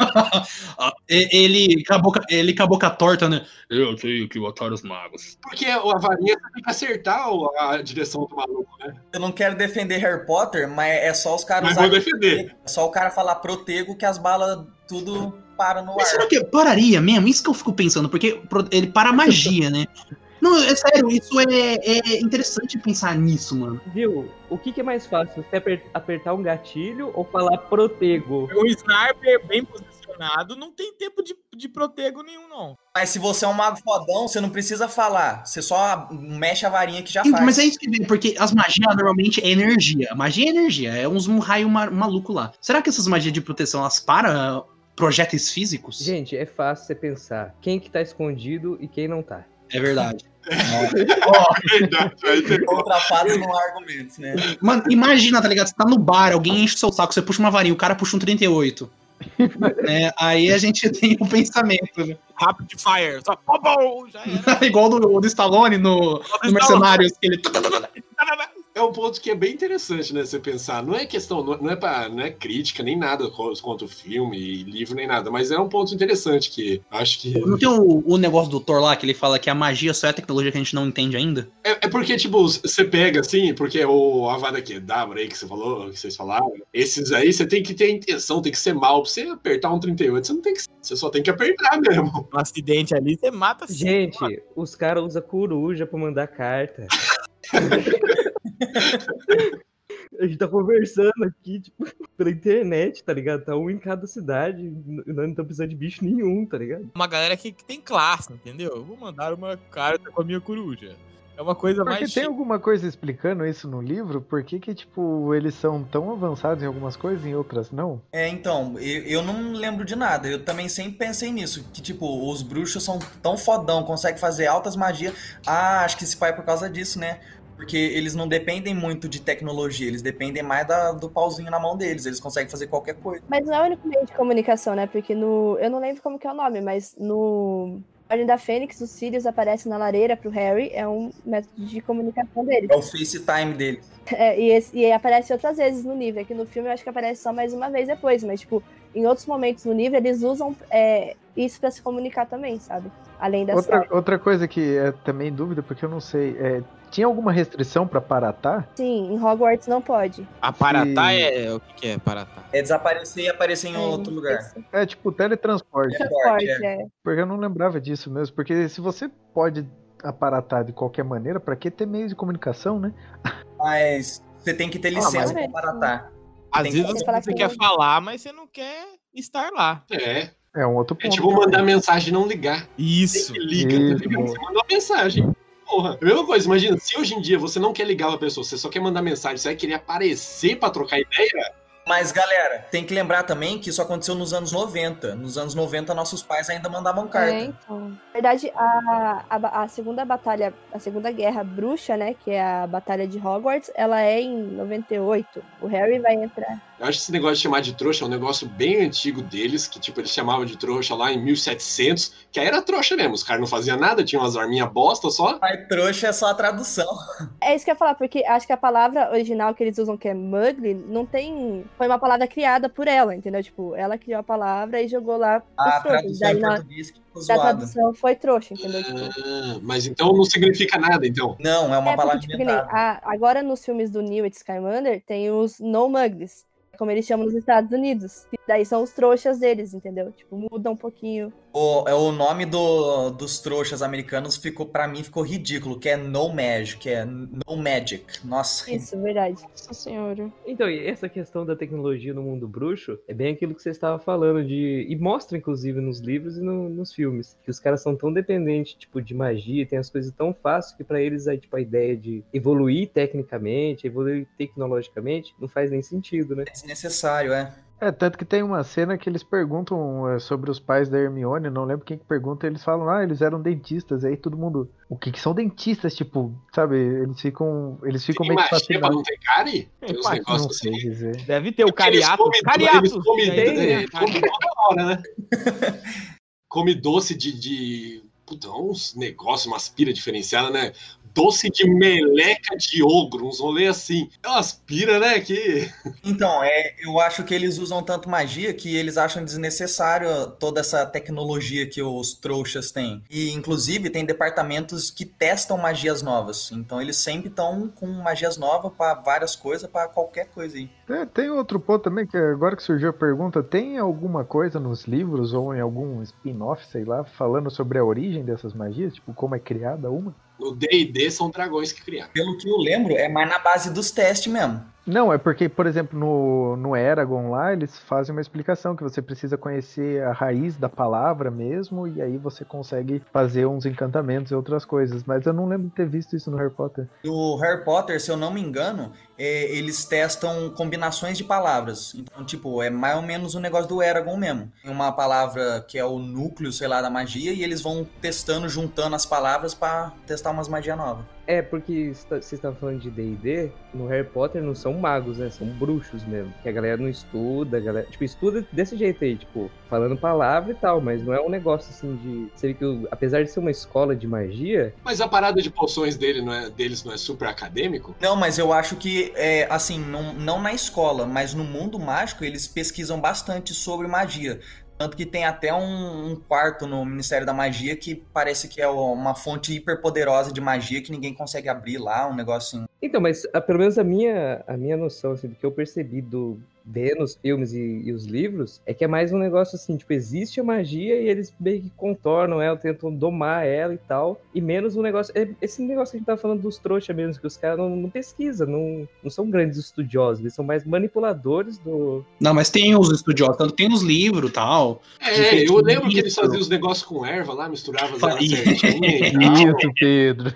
Speaker 3: Ah, e- Ele acabou, ele acabou com a torta, né? Eu tenho que botar os magos.
Speaker 4: Porque a varinha você tem que acertar o- a direção do maluco, né?
Speaker 8: Eu não quero defender Harry Potter, mas é só os caras
Speaker 4: Mas vou
Speaker 8: usarem-
Speaker 4: defender.
Speaker 8: É só o cara falar protego que as balas tudo param no
Speaker 3: Mas será
Speaker 8: ar.
Speaker 3: que pararia mesmo? Isso que eu fico pensando, porque pro- ele para a magia, né? Não, é sério, isso é, é interessante pensar nisso, mano.
Speaker 7: Viu? O que, que é mais fácil? Você aper- apertar um gatilho ou falar protego?
Speaker 1: O sniper é bem posicionado. Nado não tem tempo de, de protego nenhum, não.
Speaker 8: Mas se você é um mago fodão, você não precisa falar. Você só mexe a varinha que já
Speaker 3: Então,
Speaker 8: faz.
Speaker 3: mas é isso que vem, porque as magias normalmente é energia. Magia é energia, é uns um raio ma- maluco lá. Será que essas magias de proteção elas param projéteis físicos?
Speaker 7: Gente, é fácil você pensar quem que tá escondido e quem não tá.
Speaker 3: É verdade.
Speaker 8: Contra fatos não há argumentos, né?
Speaker 3: Mano, imagina, tá ligado? Você tá no bar, alguém enche o seu saco, você puxa uma varinha, o cara puxa um 38. né? Aí a gente tem o pensamento, né?
Speaker 1: Rapid fire. Só pau, pau, já era.
Speaker 3: Igual do, do Stallone no, no Mercenários, que ele.
Speaker 4: É um ponto que é bem interessante, né? Você pensar. Não é questão, não não é, pra, não é crítica nem nada co- contra o filme, e livro, nem nada, mas é um ponto interessante que acho que.
Speaker 3: Não tem o, o negócio do Thor lá que ele fala que a magia só é a tecnologia que a gente não entende ainda?
Speaker 4: É, é porque, tipo, você pega assim, porque o Avada Kedavra aí que você falou, que vocês falaram, esses aí você tem que ter intenção, tem que ser mal. Pra você apertar um 38, você não tem que. Você só tem que apertar mesmo.
Speaker 1: Um acidente ali, você mata assim, sim.
Speaker 7: Gente, os caras usam coruja pra mandar carta. A gente tá conversando aqui, tipo, pela internet, tá ligado? Tá um em cada cidade. n- Nós não estamos precisando de bicho nenhum, tá ligado?
Speaker 1: Uma galera que, que tem classe, entendeu? Eu vou mandar uma carta com a minha coruja. É uma coisa
Speaker 2: Porque
Speaker 1: mais.
Speaker 2: tem
Speaker 1: chique.
Speaker 2: alguma coisa explicando isso no livro? Por que que, tipo, eles são tão avançados em algumas coisas e em outras não?
Speaker 8: É, então, eu, eu não lembro de nada. Eu também sempre pensei nisso. Que, tipo, os bruxos são tão fodão, conseguem fazer altas magias. Ah, acho que esse pai é por causa disso, né? Porque eles não dependem muito de tecnologia, eles dependem mais da- do pauzinho na mão deles. Eles conseguem fazer qualquer coisa.
Speaker 6: Mas não é o único meio de comunicação, né? Porque no. Eu não lembro como que é o nome, mas no. Ordem da Fênix, os Sirius aparecem na lareira pro Harry, é um método de comunicação deles.
Speaker 8: É o FaceTime deles.
Speaker 6: É, e, esse- e aí aparece outras vezes no livro. Aqui no filme eu acho que aparece só mais uma vez depois, mas, tipo, em outros momentos no livro eles usam é, isso pra se comunicar também, sabe? Além das
Speaker 2: Outra, outra coisa que é também dúvida, porque eu não sei, é, tinha alguma restrição pra paratar?
Speaker 6: Sim, em Hogwarts não pode.
Speaker 1: Aparatá é. O que, que é Aparatá?
Speaker 8: É desaparecer e aparecer em
Speaker 6: É,
Speaker 8: outro lugar.
Speaker 6: esse
Speaker 2: É tipo teletransporte.
Speaker 8: Transporte,
Speaker 6: Transporte, é.
Speaker 2: Porque eu não lembrava disso mesmo. Porque se você pode aparatar de qualquer maneira, pra que ter meio de comunicação, né?
Speaker 8: Mas você tem que
Speaker 6: Ah,
Speaker 8: ter licença pra paratar.
Speaker 1: Às
Speaker 8: Tem
Speaker 1: vezes
Speaker 8: que
Speaker 1: você,
Speaker 6: falar
Speaker 1: você
Speaker 6: com
Speaker 1: quer
Speaker 6: ele.
Speaker 1: falar, mas você não quer estar lá.
Speaker 4: É.
Speaker 2: É um outro
Speaker 4: É
Speaker 2: ponto.
Speaker 4: tipo mandar mensagem e não ligar.
Speaker 1: Isso.
Speaker 4: Você liga, tá
Speaker 2: Isso,
Speaker 4: ligado?
Speaker 2: bom.
Speaker 4: Você mandou uma mensagem. Porra. é A mesma coisa, imagina, se hoje em dia você não quer ligar pra pessoa, você só quer mandar mensagem, você vai querer aparecer pra trocar ideia?
Speaker 8: Mas, galera, tem que lembrar também que isso aconteceu nos anos 90. Nos anos 90, nossos pais ainda mandavam carta.
Speaker 9: É, então.
Speaker 6: Na verdade, a, a, ba- a segunda batalha, a segunda guerra bruxa, né, que é a batalha de Hogwarts, ela é em 98. O Harry vai entrar.
Speaker 4: Eu acho que esse negócio de chamar de trouxa é um negócio bem antigo deles, que tipo, eles chamavam de trouxa lá em 1700, que aí era trouxa mesmo, os caras não faziam nada, tinham umas arminhas bosta só.
Speaker 8: Pai trouxa é só a tradução.
Speaker 6: É isso que eu ia falar, porque acho que a palavra original que eles usam, que é Mugly, não tem. Foi uma palavra criada por ela, entendeu? Tipo, ela criou a palavra e jogou lá pros
Speaker 8: A
Speaker 6: trouxas.
Speaker 8: tradução
Speaker 6: Daí
Speaker 8: em
Speaker 6: na
Speaker 8: português que ficou
Speaker 6: da
Speaker 8: zoada.
Speaker 6: tradução foi trouxa, entendeu? Tipo,
Speaker 4: Ah, mas então não significa nada, então.
Speaker 8: Não, é uma
Speaker 6: É, porque,
Speaker 8: palavra
Speaker 6: tipo, que nem,
Speaker 8: inventada.
Speaker 6: a- agora nos filmes do Newt Skylander tem os no mugs, como eles chamam nos Estados Unidos. E daí são os trouxas deles, entendeu? Tipo, muda um pouquinho.
Speaker 8: O, é o nome do- dos trouxas americanos ficou, pra mim, ficou ridículo, que é No Magic, que é No Magic. Nossa,
Speaker 6: Isso, verdade.
Speaker 9: Nossa senhora.
Speaker 7: Então, e essa questão da tecnologia no mundo bruxo é bem aquilo que você estava falando de. E mostra, inclusive, nos livros e no- nos filmes. Que os caras são tão dependentes, tipo, de magia, tem as coisas tão fáceis que pra eles aí, tipo, a ideia de evoluir tecnicamente, evoluir tecnologicamente, não faz nem sentido, né?
Speaker 8: é desnecessário, é.
Speaker 2: É, tanto que tem uma cena que eles perguntam é, sobre os pais da Hermione, não lembro quem que pergunta, eles falam, ah, eles eram dentistas, aí todo mundo, o que que são dentistas? Tipo, sabe, eles ficam, eles ficam
Speaker 4: Tem
Speaker 2: meio é que
Speaker 4: magia pra
Speaker 2: fascinados.
Speaker 4: não ter cárie? Tem uns
Speaker 1: Não
Speaker 4: negócios
Speaker 2: Não
Speaker 4: assim.
Speaker 2: sei dizer.
Speaker 1: Deve ter o
Speaker 4: Porque eles
Speaker 1: cariato.
Speaker 4: comem- Eles
Speaker 1: Cariato!
Speaker 4: comem,
Speaker 1: Tem,
Speaker 4: né?
Speaker 1: né?
Speaker 4: Eles comem toda hora, né? Come doce de. de puta, uns negócios, umas pira diferenciada, né? Doce de meleca de ogro, uns rolê assim. É umas pira, né? Que.
Speaker 8: Então, é, eu acho que eles usam tanto magia que eles acham desnecessário toda essa tecnologia que os trouxas têm. E, inclusive, tem departamentos que testam magias novas. Então, eles sempre estão com magias novas pra várias coisas, pra qualquer coisa aí.
Speaker 2: É, tem outro ponto também, que agora que surgiu a pergunta, tem alguma coisa nos livros ou em algum spin-off, sei lá, falando sobre a origem dessas magias? Tipo, como é criada uma?
Speaker 4: No DD são dragões que criaram.
Speaker 8: Pelo que eu lembro, é mais na base dos testes mesmo.
Speaker 2: Não, é porque, por exemplo, no, no Eragon lá, eles fazem uma explicação que você precisa conhecer a raiz da palavra mesmo, e aí você consegue fazer uns encantamentos e outras coisas. Mas eu não lembro de ter visto isso no Harry Potter.
Speaker 8: No Harry Potter, se eu não me engano, é, eles testam combinações de palavras. Então, tipo, é mais ou menos o negócio do Eragon mesmo. Tem uma palavra que é o núcleo, sei lá, da magia, e eles vão testando, juntando as palavras pra testar umas magias novas.
Speaker 7: É, porque está- vocês estão falando de D&D, no Harry Potter não são magos, né? São bruxos mesmo. Que a galera não estuda, a galera... Tipo, estuda desse jeito aí, tipo, falando palavra e tal, mas não é um negócio, assim, de... Você vê que, o- apesar de ser uma escola de magia,
Speaker 4: Mas a parada de poções dele não é, deles não é super acadêmico?
Speaker 8: Não, mas eu acho que, é, assim, não, não na escola, mas no mundo mágico, eles pesquisam bastante sobre magia. Tanto que tem até um, um quarto no Ministério da Magia que parece que é o- uma fonte hiperpoderosa de magia que ninguém consegue abrir lá, um negócio assim.
Speaker 7: Então, mas a- pelo menos a minha, a minha noção, assim, do que eu percebi do vendo os filmes e, e os livros, é que é mais um negócio assim, tipo, existe a magia e eles meio que contornam ela, tentam domar ela e tal, e menos um negócio, é- esse negócio que a gente tá falando dos trouxas mesmo, que os caras não, não pesquisam, não, não são grandes estudiosos, eles são mais manipuladores do...
Speaker 3: Não, mas tem os estudiosos, tanto tem os livros e tal.
Speaker 4: É, eu lembro que eles faziam os negócios com erva lá, misturavam as ervas
Speaker 3: Faria.
Speaker 4: certinho e tal.
Speaker 2: Isso, Pedro.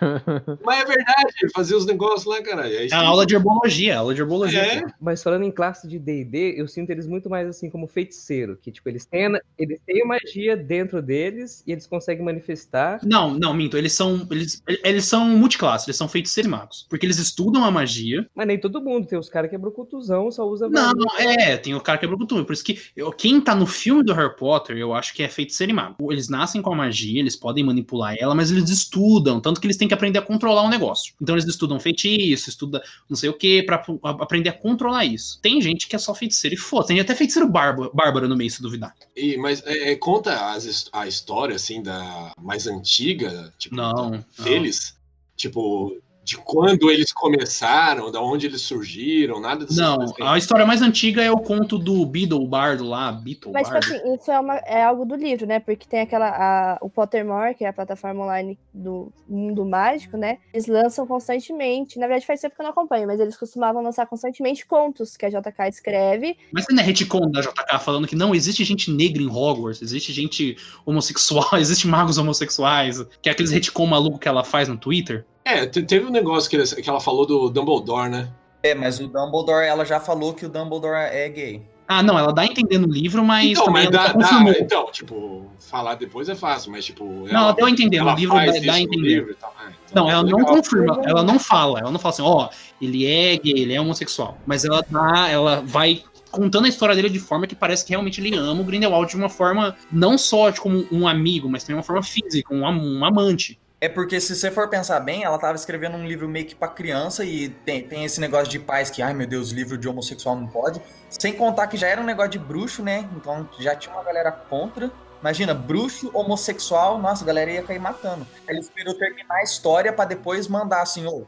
Speaker 4: Mas é verdade, ele fazia os negócios lá, cara. É
Speaker 3: É a aula de herbologia, a aula de herbologia.
Speaker 4: É.
Speaker 3: cara.
Speaker 7: Mas falando em classe de D&D, eu sinto eles muito mais assim como feiticeiro, que tipo, eles têm, eles têm a magia dentro deles e eles conseguem manifestar,
Speaker 3: Não, não, minto. Eles são, eles, eles são multiclasse, eles são feiticeiros e magos. Porque eles estudam a magia.
Speaker 7: Mas nem todo mundo, tem os caras que é brocutuzão, só usa
Speaker 3: Não,
Speaker 7: varinha.
Speaker 3: é, tem o cara que é brucutu. Por isso que eu- quem tá no filme do Harry Potter, eu acho que é feiticeiro e mago. Eles nascem com a magia, eles podem manipular ela, mas eles estudam. Tanto que eles têm que aprender a controlar o negócio. Então eles estudam feitiço, estudam não sei o que, pra pu- a- aprender a controlar isso. Tem gente que é só feiticeiro e foda. Tem até feiticeiro bárbaro, bárbaro no meio, se duvidar.
Speaker 4: E, mas é, é, conta as his- a história, assim, da mais antiga, tipo,
Speaker 3: Não. não.
Speaker 4: deles. Tipo, de quando eles começaram, da onde eles surgiram, nada assim. disso.
Speaker 3: Não, a história mais antiga é o conto do Beetle Bardo lá, Beetle
Speaker 6: Mas, tipo
Speaker 3: Bardo.
Speaker 6: assim, isso é, uma- é algo do livro, né? Porque tem aquela. a- o Pottermore, que é a plataforma online do mundo mágico, né? Eles lançam constantemente. Na verdade, faz tempo que eu não acompanho, mas eles costumavam lançar constantemente contos que a JK escreve.
Speaker 3: Mas você não é retcon da JK falando que não existe gente negra em Hogwarts, existe gente homossexual, existe magos homossexuais, que é aqueles retcon maluco que ela faz no Twitter?
Speaker 4: É, te- teve um negócio que, eles- que ela falou do Dumbledore, né?
Speaker 8: É, mas o Dumbledore, ela já falou que o Dumbledore é gay.
Speaker 3: Ah, não, ela dá a entender no livro, mas
Speaker 4: então,
Speaker 3: Ah, também
Speaker 4: mas
Speaker 3: ela
Speaker 4: dá,
Speaker 3: não confirmou.
Speaker 4: dá- então, tipo, falar depois é fácil, mas tipo.
Speaker 3: Não, ela deu a entender,
Speaker 4: ela
Speaker 3: no livro
Speaker 4: faz
Speaker 3: dá, dá a
Speaker 4: isso no
Speaker 3: entender.
Speaker 4: livro e tal. Ah, então,
Speaker 3: Não, ela não
Speaker 4: legal.
Speaker 3: confirma, ela não fala, ela não fala assim, ó, ele é gay, ele é homossexual. Mas ela dá, ela vai contando a história dele de forma que parece que realmente ele ama o Grindelwald de uma forma não só de como um amigo, mas também uma forma física, um, am- um amante.
Speaker 8: É porque, se você for pensar bem, ela tava escrevendo um livro meio que pra criança e tem, tem esse negócio de pais que, ai meu Deus, livro de homossexual não pode. Sem contar que já era um negócio de bruxo, né? Então já tinha uma galera contra. Imagina, bruxo, homossexual, nossa, a galera ia cair matando. Ela esperou terminar a história pra depois mandar assim, ô,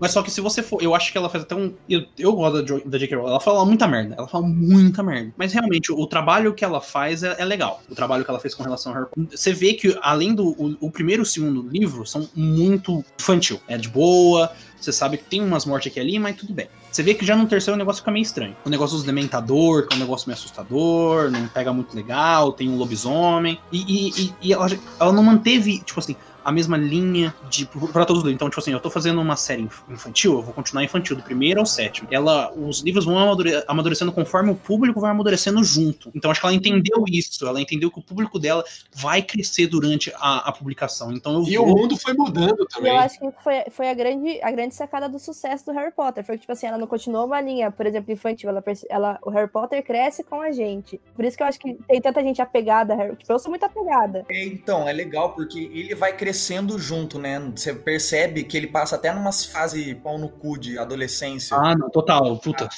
Speaker 3: Mas só que se você for, eu acho que ela faz até um, eu, eu gosto da, Jo- da J.K. Rowling, ela fala muita merda, ela fala muita merda. Mas realmente, o, o trabalho que ela faz é, é legal, o trabalho que ela fez com relação a Harry Potter. Você vê que, além do o, o primeiro e o segundo livro, são muito infantil, é de boa, você sabe que tem umas mortes aqui e ali, mas tudo bem. Você vê que já no terceiro o negócio fica meio estranho. O negócio dos dementador, que é um negócio meio assustador, não pega muito legal, tem um lobisomem. E, e- e- e ela, ela não manteve, tipo assim, a mesma linha de para todos os livros. Então, tipo assim, eu tô fazendo uma série inf- infantil, eu vou continuar infantil, do primeiro ao sétimo. Ela, os livros vão amadure- amadurecendo conforme o público vai amadurecendo junto. Então, acho que ela entendeu isso, ela entendeu que o público dela vai crescer durante a, a publicação. Então, eu
Speaker 4: E o mundo foi mudando
Speaker 6: E
Speaker 4: também.
Speaker 6: eu acho que foi, foi a, grande, a grande sacada do sucesso do Harry Potter. Foi que, tipo assim, ela não continuou uma linha, por exemplo, infantil. Ela, perce- ela, o Harry Potter cresce com a gente. Por isso que eu acho que tem tanta gente apegada a Harry Tipo, eu sou muito apegada.
Speaker 8: É, Então, é legal porque ele vai crescendo junto, né? Você percebe que ele passa até numas fases pau no cu de adolescência tipo,
Speaker 3: Ah, não, total, puta.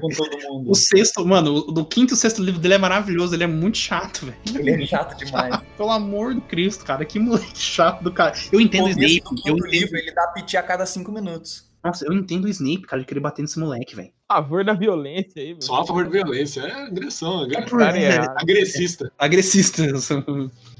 Speaker 8: com todo mundo.
Speaker 3: O sexto, mano, o- do quinto e o sexto livro dele é maravilhoso, ele é muito chato, velho.
Speaker 8: Ele é chato demais.
Speaker 3: Pelo amor do Cristo, cara, que moleque chato do cara. Eu entendo o
Speaker 8: começo
Speaker 3: Snape,
Speaker 8: do
Speaker 3: eu
Speaker 8: quinto
Speaker 3: entendo,
Speaker 8: livro, ele dá piti a cada cinco minutos.
Speaker 3: nossa, eu entendo o Snape, cara, de querer bater nesse moleque, velho.
Speaker 1: A favor da violência aí, meu.
Speaker 4: Só a favor de violência. É agressão,
Speaker 3: É
Speaker 4: agra-
Speaker 3: por-
Speaker 1: Cara, é-
Speaker 3: é
Speaker 4: agressista.
Speaker 3: Agressista. essa-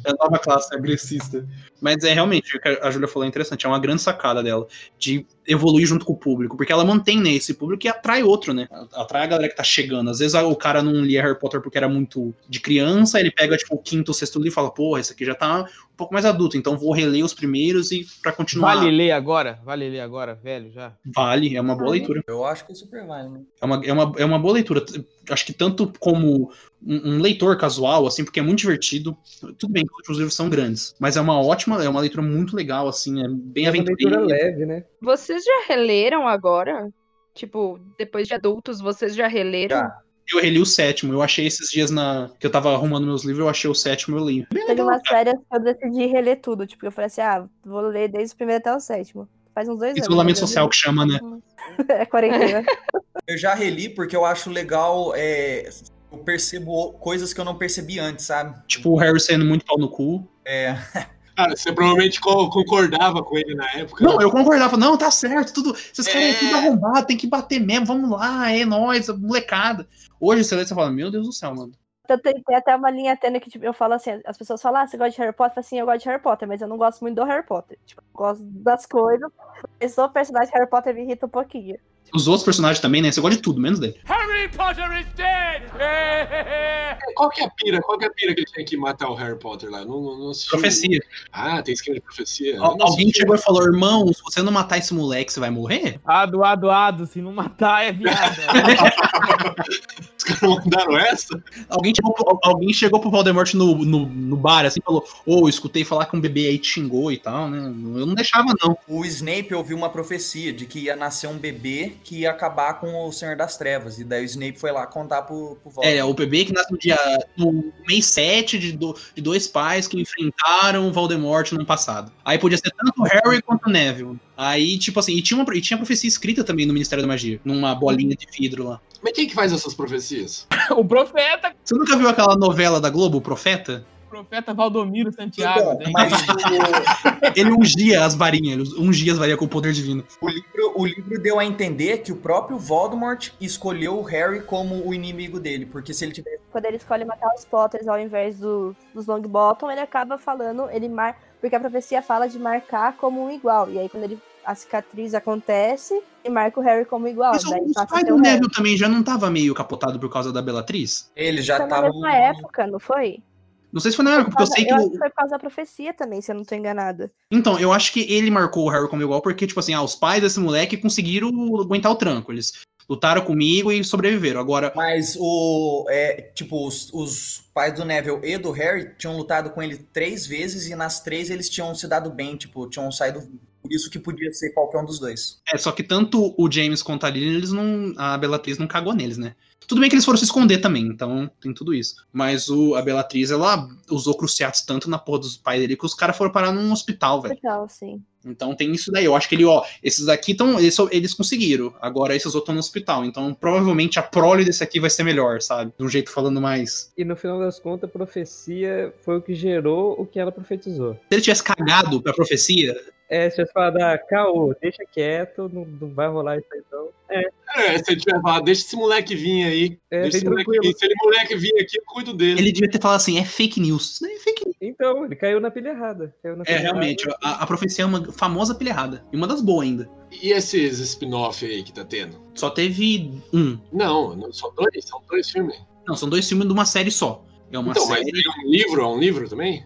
Speaker 3: É a nova classe agressista. Mas é realmente o que a Júlia falou é interessante, é uma grande sacada dela de evoluir junto com o público, porque ela mantém né, esse público e atrai outro, né? Atrai a galera que tá chegando. Às vezes ah, o cara não lia Harry Potter porque era muito de criança, ele pega tipo o quinto, sexto livro e fala: "Porra, esse aqui já tá um pouco mais adulto, então vou reler os primeiros e para continuar".
Speaker 1: Vale né? ler agora? Vale ler agora, velho, já.
Speaker 3: Vale, é uma boa leitura.
Speaker 8: Eu acho que super vale, né?
Speaker 3: É uma, é, uma, é uma boa leitura. Acho que tanto como um, um leitor casual, assim, porque é muito divertido. Tudo bem, os livros são grandes, mas é uma ótima, é uma leitura muito legal, assim, é bem
Speaker 7: É uma leitura
Speaker 3: aventureira.
Speaker 7: leve, né?
Speaker 9: Vocês já releram agora? Tipo, depois de adultos, vocês já releram?
Speaker 8: Já.
Speaker 3: Eu reli o sétimo, eu achei esses dias na que eu tava arrumando meus livros, eu achei o sétimo, eu li. Bem
Speaker 6: Teve
Speaker 3: legal,
Speaker 6: umas
Speaker 3: cara.
Speaker 6: férias que eu decidi reler tudo. Tipo, eu falei assim, ah, vou ler desde o primeiro até o sétimo. Faz uns dois
Speaker 3: Isolamento
Speaker 6: anos.
Speaker 3: social que chama, né?
Speaker 9: assim?
Speaker 6: É quarentena.
Speaker 8: Eu já reli porque eu acho legal. é, eu percebo coisas que eu não percebi antes, sabe?
Speaker 3: Tipo, o Harry saindo muito pau no cu.
Speaker 8: É,
Speaker 4: Cara, você provavelmente co- concordava com ele na época.
Speaker 3: Não, eu concordava, não, tá certo, tudo. Esses caras
Speaker 4: É.
Speaker 3: é tudo arrombado, tem que bater mesmo, vamos lá, é nóis, molecada. Hoje você lê, você fala, meu Deus do céu, mano.
Speaker 6: Então, tem, tem até uma linha tênue que tipo, eu falo assim, as pessoas falam, ah, você gosta de Harry Potter? Eu falo assim, eu gosto de Harry Potter, mas eu não gosto muito do Harry Potter. Tipo, eu gosto das coisas, mas o personagem de Harry Potter me irrita um pouquinho.
Speaker 3: Os outros personagens também, né? Você gosta de tudo, menos dele.
Speaker 4: Qual que é a pira? Qual que é a pira que ele tem que matar o Harry Potter lá? Não, não, não assisti.
Speaker 3: Profecia.
Speaker 4: Ah, tem esquema de profecia.
Speaker 3: Al-
Speaker 4: Não
Speaker 3: alguém
Speaker 4: assisti.
Speaker 3: chegou e falou, irmão, se você não matar esse moleque, você vai morrer?
Speaker 1: Ado, ado, ado. Se não matar, é viado.
Speaker 4: Os caras mandaram essa?
Speaker 3: Alguém chegou, pro- alguém chegou pro Voldemort no, no, no bar, assim, e falou, ô, escutei falar que um bebê aí te xingou e tal, né? Eu não deixava, não.
Speaker 8: o Snape ouviu uma profecia de que ia nascer um bebê que ia acabar com o Senhor das Trevas. E daí o Snape foi lá contar pro, pro Voldemort.
Speaker 3: É, o bebê que nasce no dia no mês 7 de, do- de dois pais que enfrentaram o Voldemort no ano passado. Aí podia ser tanto o Harry quanto o Neville. Aí, tipo assim, e tinha, uma, e tinha profecia escrita também no Ministério da Magia, numa bolinha de vidro lá.
Speaker 4: Mas quem que faz essas profecias?
Speaker 1: o profeta,
Speaker 3: Você nunca viu aquela novela da Globo, o Profeta?
Speaker 1: o profeta Valdomiro Santiago.
Speaker 3: né?
Speaker 8: Então,
Speaker 1: tem-
Speaker 8: mas o,
Speaker 3: Ele ungia as varinhas, ele ungia as varinhas com o poder divino.
Speaker 8: o livro, o livro deu a entender que o próprio Voldemort escolheu o Harry como o inimigo dele. Porque se ele tivesse.
Speaker 6: Quando ele escolhe matar os Potters ao invés do- dos Longbottom, ele acaba falando, ele mar... porque a profecia fala de marcar como um igual. E aí quando ele a cicatriz acontece, ele marca o Harry como igual.
Speaker 3: Mas o,
Speaker 6: daí
Speaker 3: o
Speaker 6: passa a
Speaker 3: pai
Speaker 6: ser
Speaker 3: do
Speaker 6: o Harry.
Speaker 3: um Neville também já não tava meio capotado por causa da Bellatriz?
Speaker 8: Ele
Speaker 6: Foi
Speaker 8: já
Speaker 6: é na
Speaker 8: tava. um-
Speaker 6: mesma época, não foi?
Speaker 3: Não sei se foi na época, porque eu sei que.
Speaker 6: acho
Speaker 3: o-
Speaker 6: que foi por causa da profecia também, se eu não tô enganada.
Speaker 3: Então, eu acho que ele marcou o Harry como igual, porque, tipo assim, ah, os pais desse moleque conseguiram aguentar o tranco. Eles lutaram comigo e sobreviveram. Agora,
Speaker 8: Mas o. É, tipo, os, os pais do Neville e do Harry tinham lutado com ele três vezes e nas três eles tinham se dado bem, tipo, tinham saído. vivos. Por isso que podia ser qualquer um dos dois.
Speaker 3: é só que tanto o James quanto a Lily, eles não. A Belatriz não cagou neles, né? Tudo bem que eles foram se esconder também, então tem tudo isso. Mas o, a Belatriz, ela usou cruciatos tanto na porra dos pais dele que os caras foram parar num hospital, velho.
Speaker 6: Legal, sim.
Speaker 3: Então tem isso daí. Eu acho que ele, ó, esses aqui estão. Eles, só- eles conseguiram. Agora esses outros estão no hospital. Então provavelmente a prole desse aqui vai ser melhor, sabe? De um jeito falando mais.
Speaker 7: E no final das contas, a profecia foi o que gerou o que ela profetizou.
Speaker 3: Se ele tivesse cagado pra profecia,
Speaker 7: É, se você falar, ah, caô, deixa quieto, não, não vai rolar isso aí não.
Speaker 4: É, se ele tiver falado, deixa esse moleque vir aí.
Speaker 7: É,
Speaker 4: deixa
Speaker 7: bem
Speaker 4: esse moleque
Speaker 7: tranquilo.
Speaker 4: vir. Se ele moleque vir aqui, eu cuido dele.
Speaker 3: ele devia ter falado assim: é fake news. Isso daí é fake news.
Speaker 7: Então, ele caiu na pilha errada. Caiu na
Speaker 3: É,
Speaker 7: pilha
Speaker 3: realmente.
Speaker 7: errada.
Speaker 3: A, a profecia é uma famosa pilha errada. E uma das boas ainda.
Speaker 4: E esses spin-off aí que tá tendo?
Speaker 3: Só teve um.
Speaker 4: Não, não são dois, são dois filmes.
Speaker 3: Não, são dois filmes de uma série só. É uma
Speaker 4: então, mas
Speaker 3: série.
Speaker 4: é um livro, é um livro também?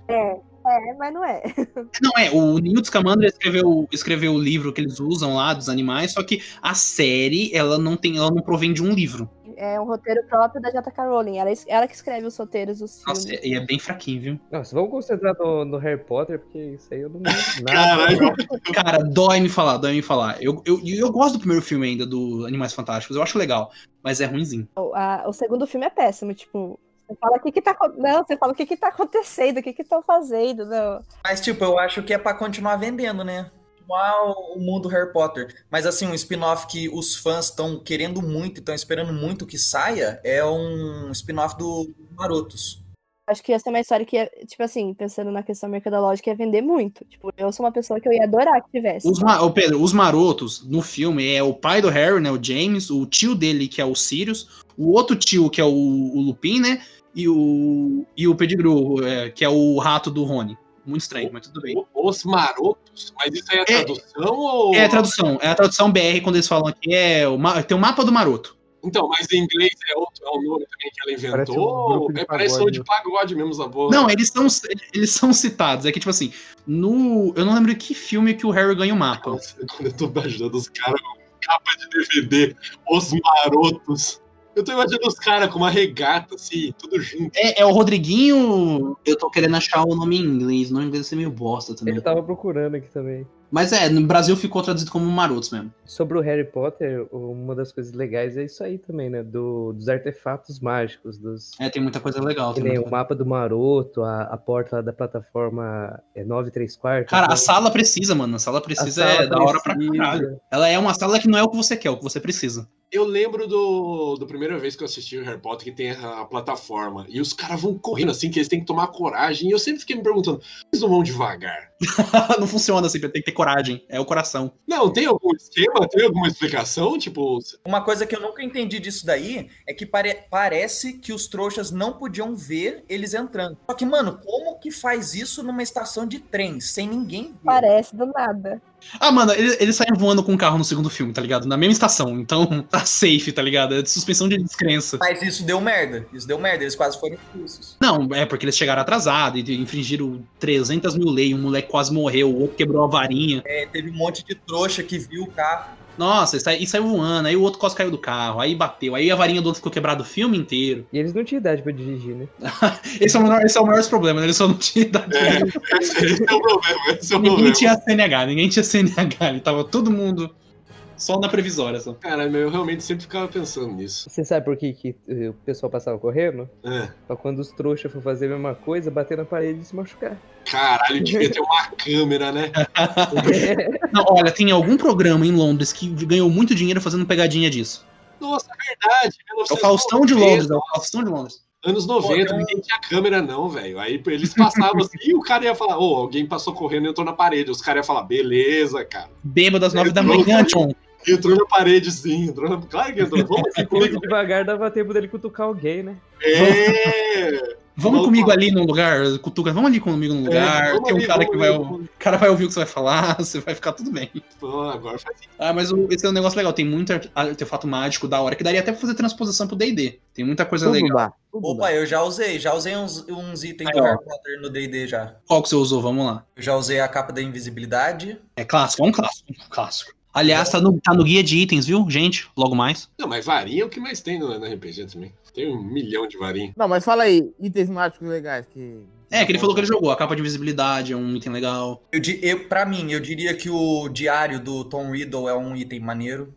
Speaker 6: É, mas não é.
Speaker 3: Não, é. O Newt Scamander escreveu, escreveu o livro que eles usam lá dos animais. Só que a série, ela não tem. Ela não provém de um livro.
Speaker 6: É um roteiro próprio da J.K. Rowling. Ela, es- ela que escreve os roteiros dos filmes.
Speaker 3: Nossa, e é bem fraquinho, viu?
Speaker 7: Nossa, vamos concentrar no, no Harry Potter, porque isso aí eu não lembro nada.
Speaker 4: Caralho,
Speaker 3: Cara, dói me falar, dói me falar. Eu, eu, e eu gosto do primeiro filme ainda, do Animais Fantásticos, eu acho legal, mas é ruimzinho.
Speaker 6: O, a- o segundo filme é péssimo, tipo... Você fala o que que tá... acon- Não, você fala o que que tá acontecendo, o que que estão fazendo, não.
Speaker 8: Mas, tipo, eu acho que é pra continuar vendendo, né? Continuar o o mundo Harry Potter. Mas, assim, um spin-off que os fãs estão querendo muito e estão esperando muito que saia é um spin-off do Marotos.
Speaker 6: Acho que essa é uma história que, é, tipo assim, pensando na questão mercadológica, ia vender muito. Tipo, eu sou uma pessoa que eu ia adorar que tivesse.
Speaker 3: Os, ma- ô, Pedro, os marotos no filme é o pai do Harry, né, o James, o tio dele que é o Sirius, o outro tio que é o, o Lupin, né, e o, e o Pedigru, é, que é o rato do Rony. Muito estranho, mas tudo bem.
Speaker 4: Os marotos, mas isso aí é tradução ou.
Speaker 3: É a tradução, é a tradução BR quando eles falam aqui. É o ma- tem o mapa do maroto.
Speaker 4: Então, mas em inglês é outro, é o nome também que ela
Speaker 2: Parece um
Speaker 4: inventou.
Speaker 2: grupo de
Speaker 4: é, parece um
Speaker 2: pagode.
Speaker 4: de pagode mesmo, essa porra.
Speaker 3: Não, é- eles são, eles são citados. É que, tipo assim, no. Eu não lembro que filme que o Harry ganha o mapa.
Speaker 4: Nossa, quando eu tô imaginando os caras com capa de DVD, os marotos. Eu tô imaginando os caras com uma regata, assim, tudo junto.
Speaker 3: É, é o Rodriguinho. Eu tô querendo achar o nome em inglês. No inglês é meio bosta também.
Speaker 7: Eu tava procurando aqui também.
Speaker 3: Mas é, no Brasil ficou traduzido como Marotos mesmo.
Speaker 7: Sobre o Harry Potter, uma das coisas legais é isso aí também, né? Do, dos artefatos mágicos, dos.
Speaker 3: É, né, tem muita coisa legal
Speaker 7: Que nem
Speaker 3: também.
Speaker 7: o mapa do Maroto, a, a porta lá da plataforma é 934.
Speaker 3: Cara, a sala precisa, mano. A sala precisa é
Speaker 7: tá
Speaker 3: da hora pra caralho. Ela é uma sala que não é o que você quer, é o que você precisa.
Speaker 4: Eu lembro do, do primeira vez que eu assisti o Harry Potter, que tem a, a plataforma. E os caras vão correndo assim, que eles têm que tomar coragem. E eu sempre fiquei me perguntando, eles não vão devagar?
Speaker 3: não funciona assim, tem que ter coragem. É o coração.
Speaker 4: Não, tem algum esquema? Tem alguma explicação? Tipo,
Speaker 8: Uma coisa que eu nunca entendi disso daí é que pare- parece que os trouxas não podiam ver eles entrando. Só que, mano, como que faz isso numa estação de trem, sem ninguém ver?
Speaker 6: Parece, do nada.
Speaker 3: Ah, mano, eles ele saem voando com o carro no segundo filme, tá ligado? Na mesma estação. Então tá safe, tá ligado? É de suspensão de descrença.
Speaker 8: Mas isso deu merda. Isso deu merda. Eles quase foram expulsos.
Speaker 3: Não, é porque eles chegaram atrasados e infringiram 300 mil leis. Um moleque quase morreu, o outro quebrou a varinha.
Speaker 8: É, teve um monte de trouxa que viu o carro.
Speaker 3: Nossa, e sai- e saiu voando. Aí o outro quase caiu do carro, aí bateu. Aí a varinha do outro ficou quebrada o filme inteiro.
Speaker 7: E eles não tinham idade pra dirigir, né?
Speaker 3: Esse é o menor, esse é o maior problema, né? Eles só não tinham idade.
Speaker 4: é, esse, esse é o problema, esse é o
Speaker 3: Ninguém
Speaker 4: problema.
Speaker 3: tinha CNH, ninguém tinha CNH. Ele tava todo mundo só na previsória. Só.
Speaker 4: Cara, meu, eu realmente sempre ficava pensando nisso.
Speaker 7: Você sabe por que, que eh, o pessoal passava correndo?
Speaker 4: É.
Speaker 7: Pra quando os trouxas for fazer a mesma coisa, bater na parede e se machucar.
Speaker 4: Caralho, devia ter uma câmera, né?
Speaker 3: Não, olha, tem algum programa em Londres que ganhou muito dinheiro fazendo pegadinha disso.
Speaker 4: Nossa, é verdade.
Speaker 3: É o Faustão de Londres, é o Faustão de Londres.
Speaker 4: Anos 90,
Speaker 8: Pô,
Speaker 4: ninguém tinha câmera, não, velho. Aí eles passavam assim e o cara ia falar, ô, alguém passou correndo e entrou na parede. Os caras iam falar, beleza, cara.
Speaker 3: Bêbado às nove da manhã, John.
Speaker 4: E entrou na parede, sim. Entrou na... Claro que entrou. Vamos aqui
Speaker 7: Quando
Speaker 4: comigo.
Speaker 7: devagar dava tempo dele cutucar alguém, né?
Speaker 4: É,
Speaker 3: Vamos comigo ali num lugar, cutuca, vamos ali comigo num
Speaker 4: é,
Speaker 3: lugar.
Speaker 4: vamos
Speaker 3: tem um
Speaker 4: ali,
Speaker 3: cara
Speaker 4: vamos
Speaker 3: que vai.
Speaker 4: ali,
Speaker 3: O
Speaker 4: vamos-
Speaker 3: cara vai ouvir o que você vai falar, você vai ficar tudo bem.
Speaker 4: Pô, agora faz sentido.
Speaker 3: Ah, mas o- esse é um negócio legal, tem muito arte- artefato mágico da hora, que daria até pra fazer transposição pro DD. Tem muita coisa legal.
Speaker 7: lá.
Speaker 8: Opa, eu já usei. Já usei uns, uns itens
Speaker 3: Aí,
Speaker 8: do
Speaker 3: ó.
Speaker 8: Harry Potter no D&D já.
Speaker 3: Qual que você usou? Vamos lá.
Speaker 8: Eu já usei a capa da invisibilidade.
Speaker 3: É clássico, é um clássico, um clássico. Aliás, tá no, tá no guia de itens, viu, gente? Logo mais.
Speaker 4: Não, mas varinha é o que mais tem no, no RPG também. Tem um milhão de varinha.
Speaker 1: Não, mas fala aí, itens mágicos legais que.
Speaker 3: É, que ele falou que ele jogou. A capa de visibilidade é um item legal.
Speaker 8: Eu, di- eu, pra mim, eu diria que o diário do Tom Riddle é um item maneiro.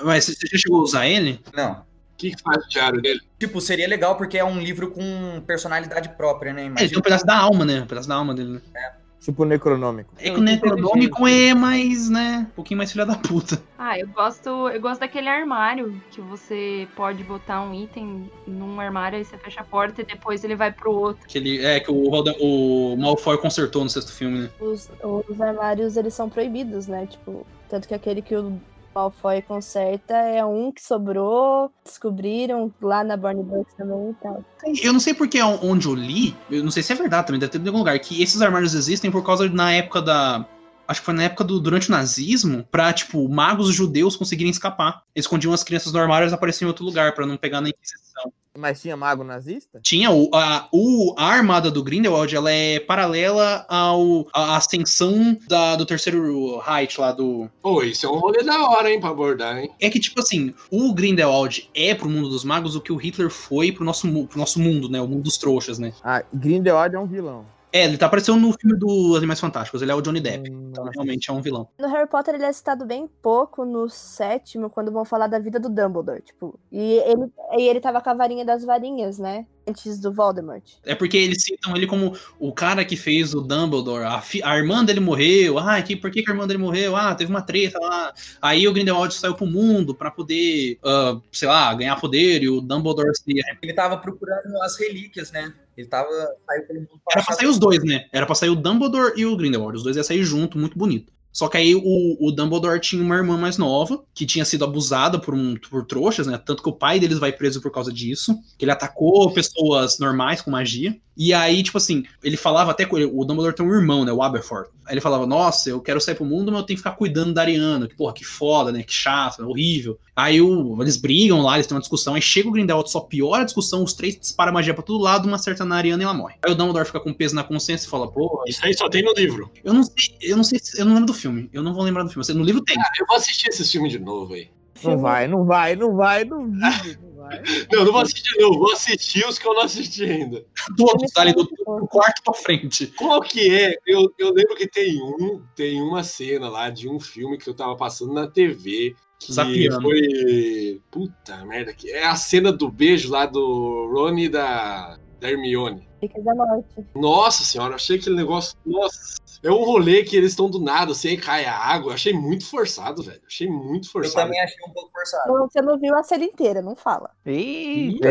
Speaker 3: Mas você já chegou a usar ele?
Speaker 8: Não.
Speaker 4: O que, que faz o diário dele?
Speaker 8: Tipo, seria legal porque é um livro com personalidade própria, né?
Speaker 4: então,
Speaker 3: É, ele tem um
Speaker 8: Imagina.
Speaker 3: pedaço da alma, né? Um pedaço da alma dele, né?
Speaker 1: Tipo necronômico.
Speaker 3: É que o Necronômico é mais, né? Um pouquinho mais filha da puta.
Speaker 9: Ah, eu gosto, eu gosto daquele armário que você pode botar um item num armário aí você fecha a porta e depois ele vai pro outro.
Speaker 3: Que ele, é, que o, Roda- o Malfoy consertou no sexto filme, né?
Speaker 6: Os, os armários, eles são proibidos, né? Tipo, tanto que aquele que o Malfoy conserta é um que sobrou, descobriram lá na Borne Books também e tal.
Speaker 3: Eu não sei porque é onde eu li, eu não sei se é verdade também, deve ter em algum lugar, que esses armários existem por causa de, na época da. Acho que foi na época do. durante o nazismo, pra, tipo, magos judeus conseguirem escapar. Eles escondiam as crianças no armário e elas apareciam em outro lugar pra não pegar na Inquisição.
Speaker 1: Mas tinha mago nazista?
Speaker 3: Tinha o, a, o, a armada do Grindelwald, ela é paralela ao, à ascensão da, do terceiro Reich lá do.
Speaker 4: Pô, isso é um rolê da hora, hein, pra abordar, hein?
Speaker 3: É que, tipo assim, o Grindelwald é pro mundo dos magos o que o Hitler foi pro nosso, mu- pro nosso mundo, né? O mundo dos trouxas, né?
Speaker 1: Ah, Grindelwald é um vilão.
Speaker 3: É, ele tá aparecendo no filme do Animais Fantásticos, ele é o Johnny Depp.
Speaker 1: Hum,
Speaker 3: Então,
Speaker 1: nossa.
Speaker 3: realmente é um vilão.
Speaker 6: No Harry Potter ele é citado bem pouco no sétimo, quando vão falar da vida do Dumbledore, tipo. E ele, e ele tava com a varinha das varinhas, né? Antes do Voldemort.
Speaker 3: É porque eles citam ele como o cara que fez o Dumbledore, a, fi- a irmã dele morreu, ah, que, por que, que a irmã dele morreu? Ah, teve uma treta lá. Aí o Grindelwald saiu pro mundo pra poder, ah, sei lá, ganhar poder e o Dumbledore se
Speaker 8: Tipo, Ele tava procurando as relíquias, né? Ele tava. Saiu pelo mundo pra
Speaker 3: Era pra
Speaker 8: achar-
Speaker 3: sair os dois, né? Era pra sair o Dumbledore e o Grindelwald. Os dois iam sair junto, muito bonito. Só que aí o, o Dumbledore tinha uma irmã mais nova, que tinha sido abusada por, um, por trouxas, né? Tanto que o pai deles vai preso por causa disso. que Ele atacou pessoas normais com magia. E aí, tipo assim, ele falava até com ele, o Dumbledore tem um irmão, né? O Aberforth. Aí ele falava, nossa, eu quero sair pro mundo, mas eu tenho que ficar cuidando da Ariana. Que, porra, que foda, né? Que chato, né? horrível. Aí o- eles brigam lá, eles têm uma discussão. Aí chega o Grindelwald, só piora a discussão, os três disparam magia pra todo lado, uma acerta na Ariana e ela morre. Aí o Dumbledore fica com peso na consciência e fala, pô,
Speaker 4: Isso aí só tem no livro.
Speaker 3: eu não sei, eu não sei, se- eu não lembro do filme. Eu não vou lembrar do filme. Assim, No livro tem.
Speaker 4: Eu vou assistir esse filme de novo aí.
Speaker 1: Não vai, não vai, não vai, não vai. Não vai.
Speaker 4: Não, eu não vou assistir de novo, vou assistir os que eu não assisti ainda.
Speaker 3: Todos, tá ali do, do quarto pra frente.
Speaker 4: Qual que é? Eu, eu lembro que tem um, tem uma cena lá de um filme que eu tava passando na TV. Que
Speaker 3: Zapiando.
Speaker 4: foi. Puta merda, que é a cena do beijo lá do Ron e da, da Hermione.
Speaker 6: Relíquias da Morte.
Speaker 4: Nossa senhora, achei aquele negócio. Nossa, é um rolê que eles estão do nada, assim, aí cai a água. Achei muito forçado, velho. Achei muito
Speaker 8: Eu
Speaker 4: forçado.
Speaker 8: também achei um pouco forçado.
Speaker 6: Não, Você não viu a série inteira, não fala.
Speaker 2: Eita,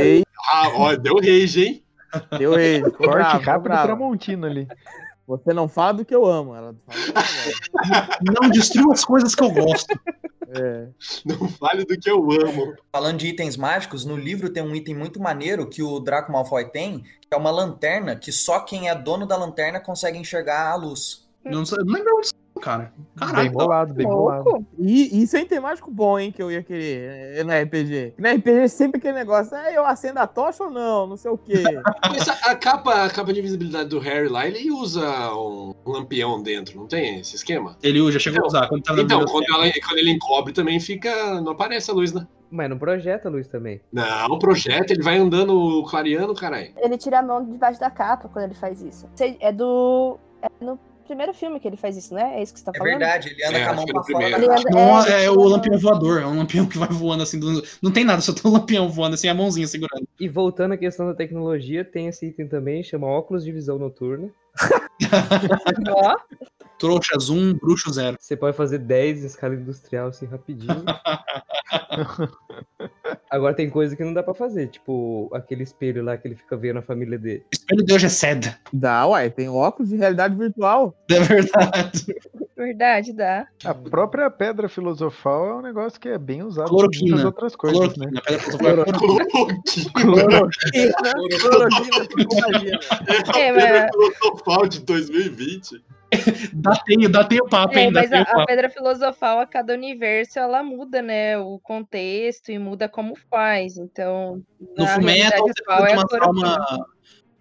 Speaker 4: Ah, ó, deu rage, hein?
Speaker 1: Deu ele. Ficou
Speaker 2: corte
Speaker 1: bravo, ficou
Speaker 2: rápido
Speaker 1: bravo.
Speaker 2: Tramontina ali.
Speaker 1: Você não fala do que eu amo. Ela fala do que eu
Speaker 3: Não destrua as coisas que eu gosto.
Speaker 1: amo. É.
Speaker 4: Não fale do que eu amo.
Speaker 8: Falando de itens mágicos, no livro tem um item muito maneiro que o Draco Malfoy tem, que é uma lanterna que só quem é dono da lanterna consegue enxergar a luz.
Speaker 3: Eu não, sei- eu não lembro disso, cara.
Speaker 2: Bem
Speaker 3: Caralho.
Speaker 2: bolado, bem bolado.
Speaker 6: Louco.
Speaker 1: E e isso é temático bom, hein, que eu ia querer é, na RPG. Na RPG sempre aquele negócio, é, eu acendo a tocha ou não, não sei o quê.
Speaker 4: Mas a, a capa, a capa de invisibilidade do Harry lá, ele usa um lampião dentro, não tem esse esquema?
Speaker 3: Ele hoje já chegou a usar. Quando tava na
Speaker 4: Então,
Speaker 3: biblioteca.
Speaker 4: quando, ela- quando ele encobre também fica. Não aparece a luz, né?
Speaker 7: Mas não projeta a luz também.
Speaker 4: Não, o projeto, ele vai andando clareando, caralho.
Speaker 6: Ele tira a mão de debaixo da capa quando ele faz isso. Você- É do. É no primeiro filme que ele faz isso, né? É isso que você tá
Speaker 8: É
Speaker 6: falando?
Speaker 8: verdade, ele anda
Speaker 4: É,
Speaker 8: com a
Speaker 4: acho
Speaker 8: mão
Speaker 4: que é no
Speaker 8: pra fora da
Speaker 4: primeiro.
Speaker 8: caixa.
Speaker 6: Ele
Speaker 3: Não,
Speaker 6: anda- ele
Speaker 3: é,
Speaker 6: tira
Speaker 3: o
Speaker 6: a mão-
Speaker 3: lampião voador, é um lampião que vai voando assim. do- Não tem nada, só tem um lampião voando assim, a mãozinha segurando.
Speaker 7: E voltando à questão da tecnologia, tem esse item também, chama óculos de visão noturna.
Speaker 6: Ó,
Speaker 3: Trouxa zoom, bruxo zero.
Speaker 7: Você pode fazer 10 em escala industrial assim rapidinho. Agora tem coisa que não dá pra fazer, tipo aquele espelho lá que ele fica vendo a família dele.
Speaker 3: Espelho de hoje é seda.
Speaker 1: Dá, uai, tem óculos de realidade virtual.
Speaker 3: É verdade.
Speaker 6: Verdade, dá.
Speaker 2: A própria pedra filosofal é um negócio que é bem usado
Speaker 3: Cloroquina.
Speaker 2: muitas outras coisas, né?
Speaker 3: Cloroquina, pedra filosofal.
Speaker 1: Cloroquina, cloroquina, psicologia.
Speaker 6: É,
Speaker 4: Pedra
Speaker 6: mas,
Speaker 4: filosofal de 2020.
Speaker 3: Datei, datei o papo,
Speaker 9: É,
Speaker 3: hein?
Speaker 9: mas
Speaker 3: Datei
Speaker 9: a,
Speaker 3: o papo.
Speaker 9: a pedra filosofal a cada universo ela muda, né? O contexto e muda como faz. Então,
Speaker 3: No
Speaker 9: na
Speaker 3: Fullmetal,
Speaker 9: realidade
Speaker 3: você
Speaker 9: atual
Speaker 3: precisa de
Speaker 9: a
Speaker 3: uma
Speaker 9: cloroquina.
Speaker 3: alma.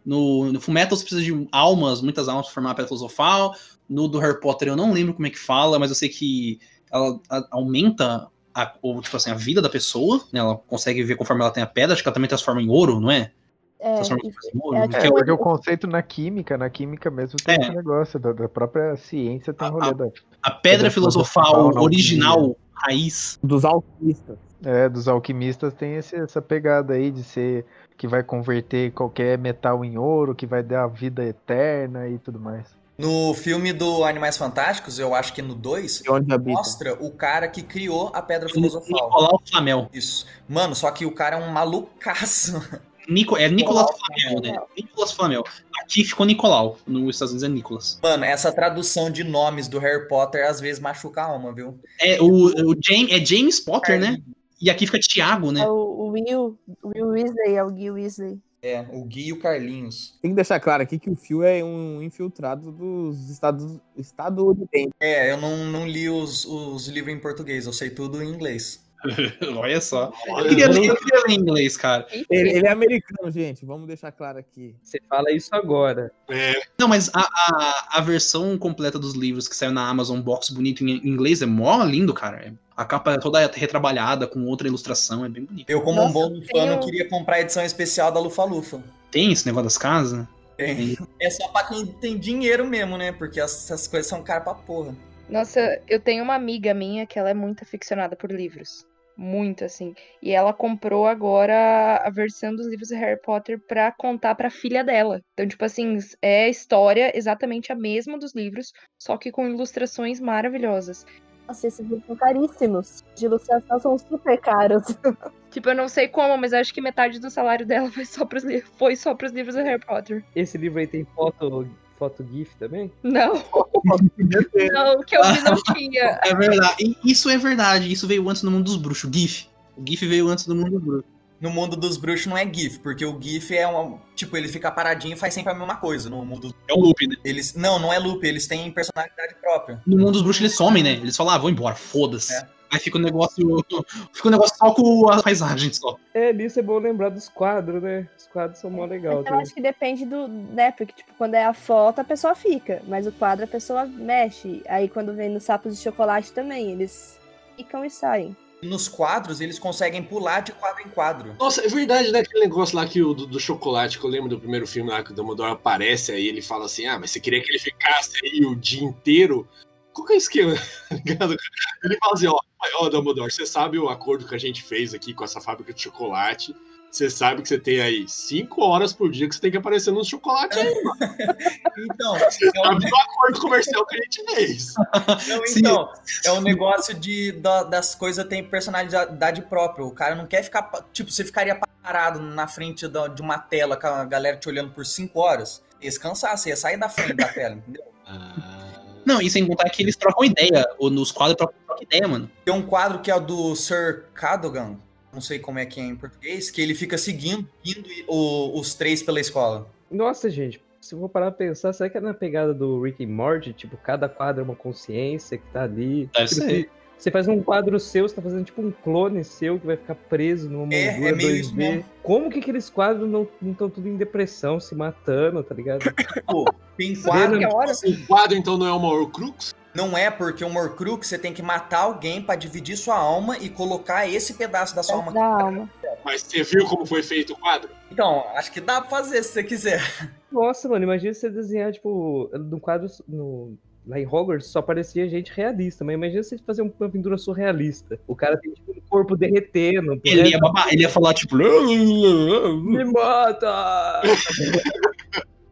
Speaker 3: No, no Fullmetal, você precisa de almas, muitas almas pra formar a pedra filosofal. No do Harry Potter, eu não lembro como é que fala, mas eu sei que ela a- aumenta. A, ou, tipo assim, a vida da pessoa, né? Ela consegue ver conforme ela tem a pedra, acho que ela também transforma em ouro, não é?
Speaker 6: É,
Speaker 3: Transforma
Speaker 6: e-
Speaker 3: em ouro.
Speaker 6: é,
Speaker 3: que
Speaker 2: É,
Speaker 3: é o-
Speaker 2: porque o conceito na química, na química mesmo tem
Speaker 3: É. Ah,
Speaker 2: esse negócio, da, da própria ciência tem um
Speaker 3: A-
Speaker 2: rolê da,
Speaker 3: A pedra
Speaker 2: Pedra filosofal,
Speaker 3: filosofal
Speaker 2: na
Speaker 3: original, raiz.
Speaker 1: Dos alquimistas.
Speaker 2: é, dos alquimistas, tem esse- essa pegada aí de ser que vai converter qualquer metal em ouro, que vai dar vida eterna e tudo mais.
Speaker 8: No filme do Animais Fantásticos, eu acho que no 2,
Speaker 1: De
Speaker 4: um
Speaker 1: onde habita.
Speaker 8: mostra o cara que criou a pedra filosofal.
Speaker 3: Nicolau Flamel.
Speaker 8: Isso. Mano, só que o cara é um malucaço.
Speaker 3: Nico, é Nicolas
Speaker 8: Nicolau
Speaker 3: Flamel, né? Nicolas Flamel. Aqui ficou Nicolau. Nos Estados Unidos é Nicolas.
Speaker 8: Mano, essa tradução de nomes do Harry Potter às vezes machuca a alma, viu?
Speaker 3: É, o, o James, é James Potter, né? E aqui fica Tiago, né?
Speaker 6: é o o Will, o Will Weasley, é o Gui Weasley.
Speaker 8: É, o Gui e o Carlinhos.
Speaker 1: Tem que deixar claro aqui que o Phil é um infiltrado dos Estados estadunidenses.
Speaker 8: É, eu não, não li os, os livros em português, eu sei tudo em inglês.
Speaker 3: Olha só. Eu
Speaker 4: Olha,
Speaker 3: queria, ler, eu queria ler em inglês, cara.
Speaker 1: Ele, ele é americano, gente. Vamos deixar claro aqui.
Speaker 7: Você fala isso agora.
Speaker 4: É,
Speaker 3: Não, mas a, a, a versão completa dos livros que saiu na Amazon Box bonito em inglês é mó lindo, cara. É- A capa é toda retrabalhada, com outra ilustração, é bem bonito.
Speaker 8: Eu, como um
Speaker 6: Nossa,
Speaker 8: bom lufano,
Speaker 6: eu-
Speaker 8: queria comprar a edição especial da Lufa Lufa.
Speaker 3: Tem esse negócio das casas, né?
Speaker 8: É só pra quem tem dinheiro mesmo, né? Porque essas coisas são caras pra porra.
Speaker 9: Nossa, eu tenho uma amiga minha que ela é muito aficionada por livros. Muito, assim. E ela comprou agora a versão dos livros de Harry Potter pra contar pra filha dela. Então, tipo assim, é a história exatamente a mesma dos livros, só que com ilustrações maravilhosas.
Speaker 6: Nossa, esses livros são caríssimos. De ilustração são super caros.
Speaker 9: Tipo, eu não sei como, mas acho que metade do salário dela foi só pros, li- foi só pros livros de Harry Potter.
Speaker 7: Esse livro aí tem foto, foto GIF também?
Speaker 9: Não.
Speaker 1: posso podia ter.
Speaker 9: Não, o que eu vi não tinha.
Speaker 3: É verdade. E Isso é verdade. Isso veio antes no mundo dos bruxos. O GIF. O GIF veio antes do mundo dos bruxos.
Speaker 8: No mundo dos bruxos não é GIF, porque o GIF é uma. Tipo, ele fica paradinho e faz sempre a mesma coisa. No mundo dos-
Speaker 3: É um loop, né?
Speaker 8: Eles. Não, não é loop, eles têm personalidade própria.
Speaker 3: No mundo dos bruxos eles somem, né? Eles falam, ah, vou embora, foda-se.
Speaker 8: É.
Speaker 3: Aí fica o negócio. Fica o negócio só com a paisagem só.
Speaker 7: É, nisso é bom lembrar dos quadros, né? Os quadros são mó legal.
Speaker 6: Então,
Speaker 7: Tá?
Speaker 6: acho que depende do, né? Porque, tipo, quando é a foto, a pessoa fica, mas o quadro a pessoa mexe. Aí, quando vem nos sapos de chocolate também, eles ficam e saem.
Speaker 8: Nos quadros, eles conseguem pular de quadro em quadro.
Speaker 4: Nossa, é verdade, né? Aquele negócio lá que o, do, do chocolate, que eu lembro do primeiro filme lá que o Dumbledore aparece aí, ele fala assim: ah, mas você queria que ele ficasse aí o dia inteiro? Qual que é o esquema? Ligado? ele fala assim: ó, ó, Dumbledore, você sabe o acordo que a gente fez aqui com essa fábrica de chocolate. Você sabe que você tem aí cinco horas por dia que você tem que aparecer nos chocolates aí, mano.
Speaker 8: Então,
Speaker 4: Você
Speaker 8: é um-
Speaker 4: sabe do acordo comercial que a gente fez.
Speaker 8: Não,
Speaker 3: Sim.
Speaker 8: então, é um negócio de, da- das coisas tem personalidade própria. O cara não quer ficar. pa- Tipo, você ficaria parado na frente da- de uma tela com a galera te olhando por cinco horas. Ia se cansar, você ia sair da frente da tela, entendeu?
Speaker 3: Não, e sem contar que eles trocam ideia. Ou nos quadros trocam, trocam ideia, mano.
Speaker 8: Tem um quadro que é do Sir Cadogan, não sei como é que é em português, que ele fica seguindo indo e- o- os três pela escola.
Speaker 7: Nossa, gente, se eu vou parar pra pensar, será que é na pegada do Rick and Morty? Tipo, cada quadro é uma consciência que tá ali.
Speaker 3: Deve
Speaker 7: Tipo,
Speaker 3: ser.
Speaker 7: Você, você faz um quadro seu, você tá fazendo tipo um clone seu que vai ficar preso numa
Speaker 8: É,
Speaker 7: moldura
Speaker 8: é meio
Speaker 7: 2D.
Speaker 8: isso mesmo.
Speaker 7: Como que aqueles quadros não estão tudo em depressão, se matando, tá ligado?
Speaker 8: Pô, tem
Speaker 7: Vendo-
Speaker 8: quadro
Speaker 9: Que é hora?
Speaker 4: O quadro, então, não é uma Horcrux?
Speaker 8: Não é porque o Morcrux você tem que matar alguém pra dividir sua alma e colocar esse pedaço da sua alma.
Speaker 6: Da alma.
Speaker 4: Mas você viu como foi feito o quadro?
Speaker 8: Então, acho que dá pra fazer se você quiser.
Speaker 7: Nossa, mano, imagina você desenhar, tipo, no quadro. No... Lá em Hogwarts só parecia gente realista, mas imagina você fazer uma pintura surrealista. O cara tem tipo, um corpo derretendo.
Speaker 3: Ele ia,
Speaker 7: né?
Speaker 3: babar, ele ia falar, tipo.
Speaker 7: Me mata!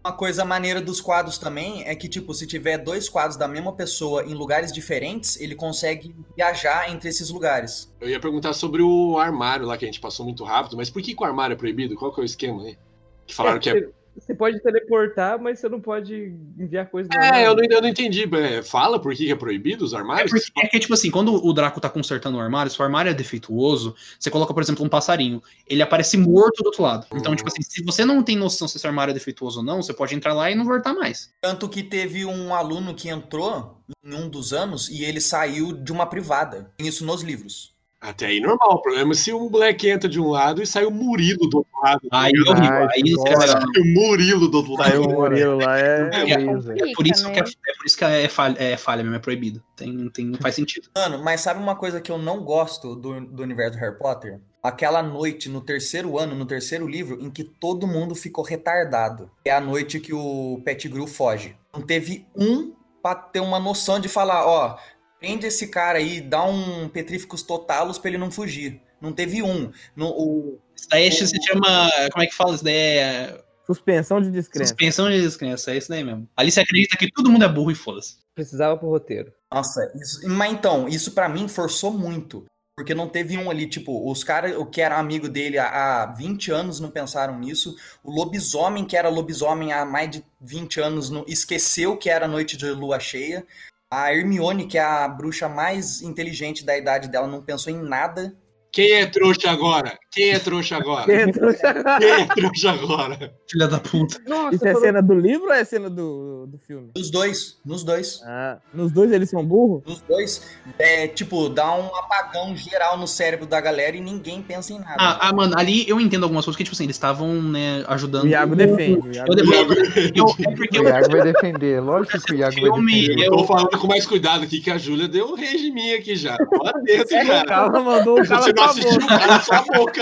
Speaker 8: Uma coisa maneira dos quadros também é que, tipo, se tiver dois quadros da mesma pessoa em lugares diferentes, ele consegue viajar entre esses lugares.
Speaker 4: Eu ia perguntar sobre o armário lá que a gente passou muito rápido, mas por que, que o armário é proibido? Qual que é o esquema aí? Que falaram que é.
Speaker 7: Você- Você pode teleportar, mas você não pode enviar coisa do
Speaker 4: É, eu
Speaker 7: armário.
Speaker 4: não, eu não entendi. é, Fala por que, que é proibido os
Speaker 3: É
Speaker 4: armários?
Speaker 3: porque, é que, tipo assim, quando o Draco tá consertando o armário, se o armário é defeituoso, você coloca, por exemplo, um passarinho. Ele aparece morto do outro lado. Então,
Speaker 2: Uhum.
Speaker 4: Hum.
Speaker 3: tipo assim, se você não tem noção se esse armário é defeituoso ou não, você pode entrar lá e não voltar mais.
Speaker 8: Tanto que teve um aluno que entrou em um dos anos e ele saiu de uma privada. Tem Isso nos livros.
Speaker 4: Até aí normal. O problema é se um moleque entra de um lado e sai o Murilo do outro lado.
Speaker 3: Aí é horrível.
Speaker 2: Ai,
Speaker 3: Aí
Speaker 2: que
Speaker 3: você- é
Speaker 2: bosta.
Speaker 4: O Murilo do outro
Speaker 2: Aí o
Speaker 1: um
Speaker 4: lado.
Speaker 2: Murilo lá é
Speaker 4: É,
Speaker 2: Luísa.
Speaker 3: É por isso que é,
Speaker 9: Fica, né?
Speaker 3: é por isso que é falha, é falha mesmo, é proibido. Tem, tem, não faz sentido.
Speaker 8: Mano, mas sabe uma coisa que eu não gosto do, do universo do Harry Potter? Aquela noite no terceiro ano, no terceiro livro, em que todo mundo ficou retardado. É a noite que o Pettigrew foge. Não teve um pra ter uma noção de falar, ó, prende esse cara aí, dá um petríficos totalos pra ele não fugir. Não teve um. No, o-
Speaker 3: Isso daí
Speaker 2: Uhum.
Speaker 3: é- se chama. Como é que fala? Isso daí é.
Speaker 1: Suspensão de descrença.
Speaker 3: Suspensão de descrença, é isso daí mesmo. Ali você acredita que todo mundo é burro e foda-se.
Speaker 7: Precisava pro roteiro.
Speaker 8: Nossa, isso- mas então, isso pra mim forçou muito. Porque não teve um ali, tipo, os caras, o que era amigo dele há, há 20 anos não pensaram nisso. O lobisomem, que era lobisomem há mais de 20 anos, não, esqueceu que era noite de lua cheia. A Hermione, que é a bruxa mais inteligente da idade dela, não pensou em nada.
Speaker 4: Quem é trouxa agora? Quem é trouxa agora?
Speaker 1: Entrou-
Speaker 4: Quem é trouxa agora?
Speaker 3: Filha da puta.
Speaker 7: Nossa,
Speaker 1: Isso é
Speaker 7: falou-
Speaker 1: cena do livro ou é cena do, do filme?
Speaker 8: Nos dois, nos dois.
Speaker 1: Ah, nos dois eles são burros?
Speaker 8: Nos dois, é, tipo, dá um apagão geral no cérebro da galera e ninguém pensa em nada.
Speaker 3: Ah, ah, mano, ali eu entendo algumas coisas que, tipo assim, eles estavam, né,
Speaker 1: O
Speaker 3: ajudando.
Speaker 1: Iago defende. o Iago
Speaker 3: Eu
Speaker 1: defende.
Speaker 3: defendo. Eu- é
Speaker 2: O
Speaker 3: porque eu-
Speaker 2: Iago vai defender. Lógico que o Iago vai
Speaker 3: Filme,
Speaker 2: defender.
Speaker 4: Eu
Speaker 3: Eu-
Speaker 4: tô falando com mais cuidado aqui, que a Júlia deu um rage em mim aqui já. Lá dentro
Speaker 1: O
Speaker 4: já.
Speaker 1: Carla mandou o Carla
Speaker 4: Você não assistiu
Speaker 1: acabou.
Speaker 4: cala sua boca.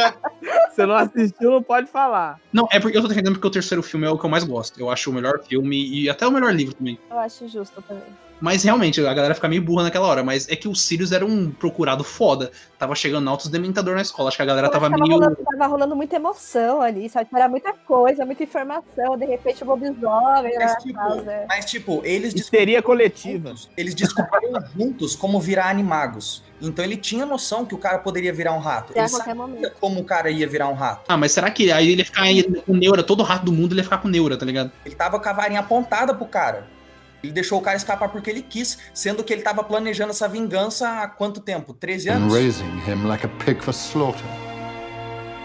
Speaker 1: Você não assistiu, não pode falar.
Speaker 3: Não, é porque eu tô defendendo porque o terceiro filme é o que eu mais gosto. Eu acho o melhor filme e até o melhor livro também.
Speaker 6: Eu acho justo também.
Speaker 3: Mas realmente, a galera fica meio burra naquela hora. Mas é que o Sirius era um procurado foda. Tava chegando altos dementador na escola. Acho que a galera
Speaker 6: Eu acho
Speaker 3: tava
Speaker 6: que tava,
Speaker 3: meio.
Speaker 6: rolando, tava rolando muita emoção ali, sabe? Tipo, Era muita coisa, muita informação. De repente, o lobisomem lá
Speaker 8: Mas,
Speaker 6: na
Speaker 8: tipo,
Speaker 6: casa.
Speaker 8: mas, tipo eles
Speaker 1: Histeria coletiva.
Speaker 8: juntos, Eles descobriram juntos como virar animagos. Então ele tinha noção que o cara poderia virar um rato.
Speaker 6: A
Speaker 8: Ele
Speaker 6: qualquer
Speaker 8: sabia
Speaker 6: momento.
Speaker 8: como o cara ia virar um rato.
Speaker 3: Ah, mas será que aí ele ia ficar aí com neura? Todo rato do mundo ele ia ficar com neura, tá ligado?
Speaker 8: Ele tava com a varinha apontada pro cara. Ele deixou o cara escapar porque ele quis, sendo que ele estava planejando essa vingança há quanto tempo? 13
Speaker 12: and
Speaker 8: anos?
Speaker 12: raising him like a pig for slaughter.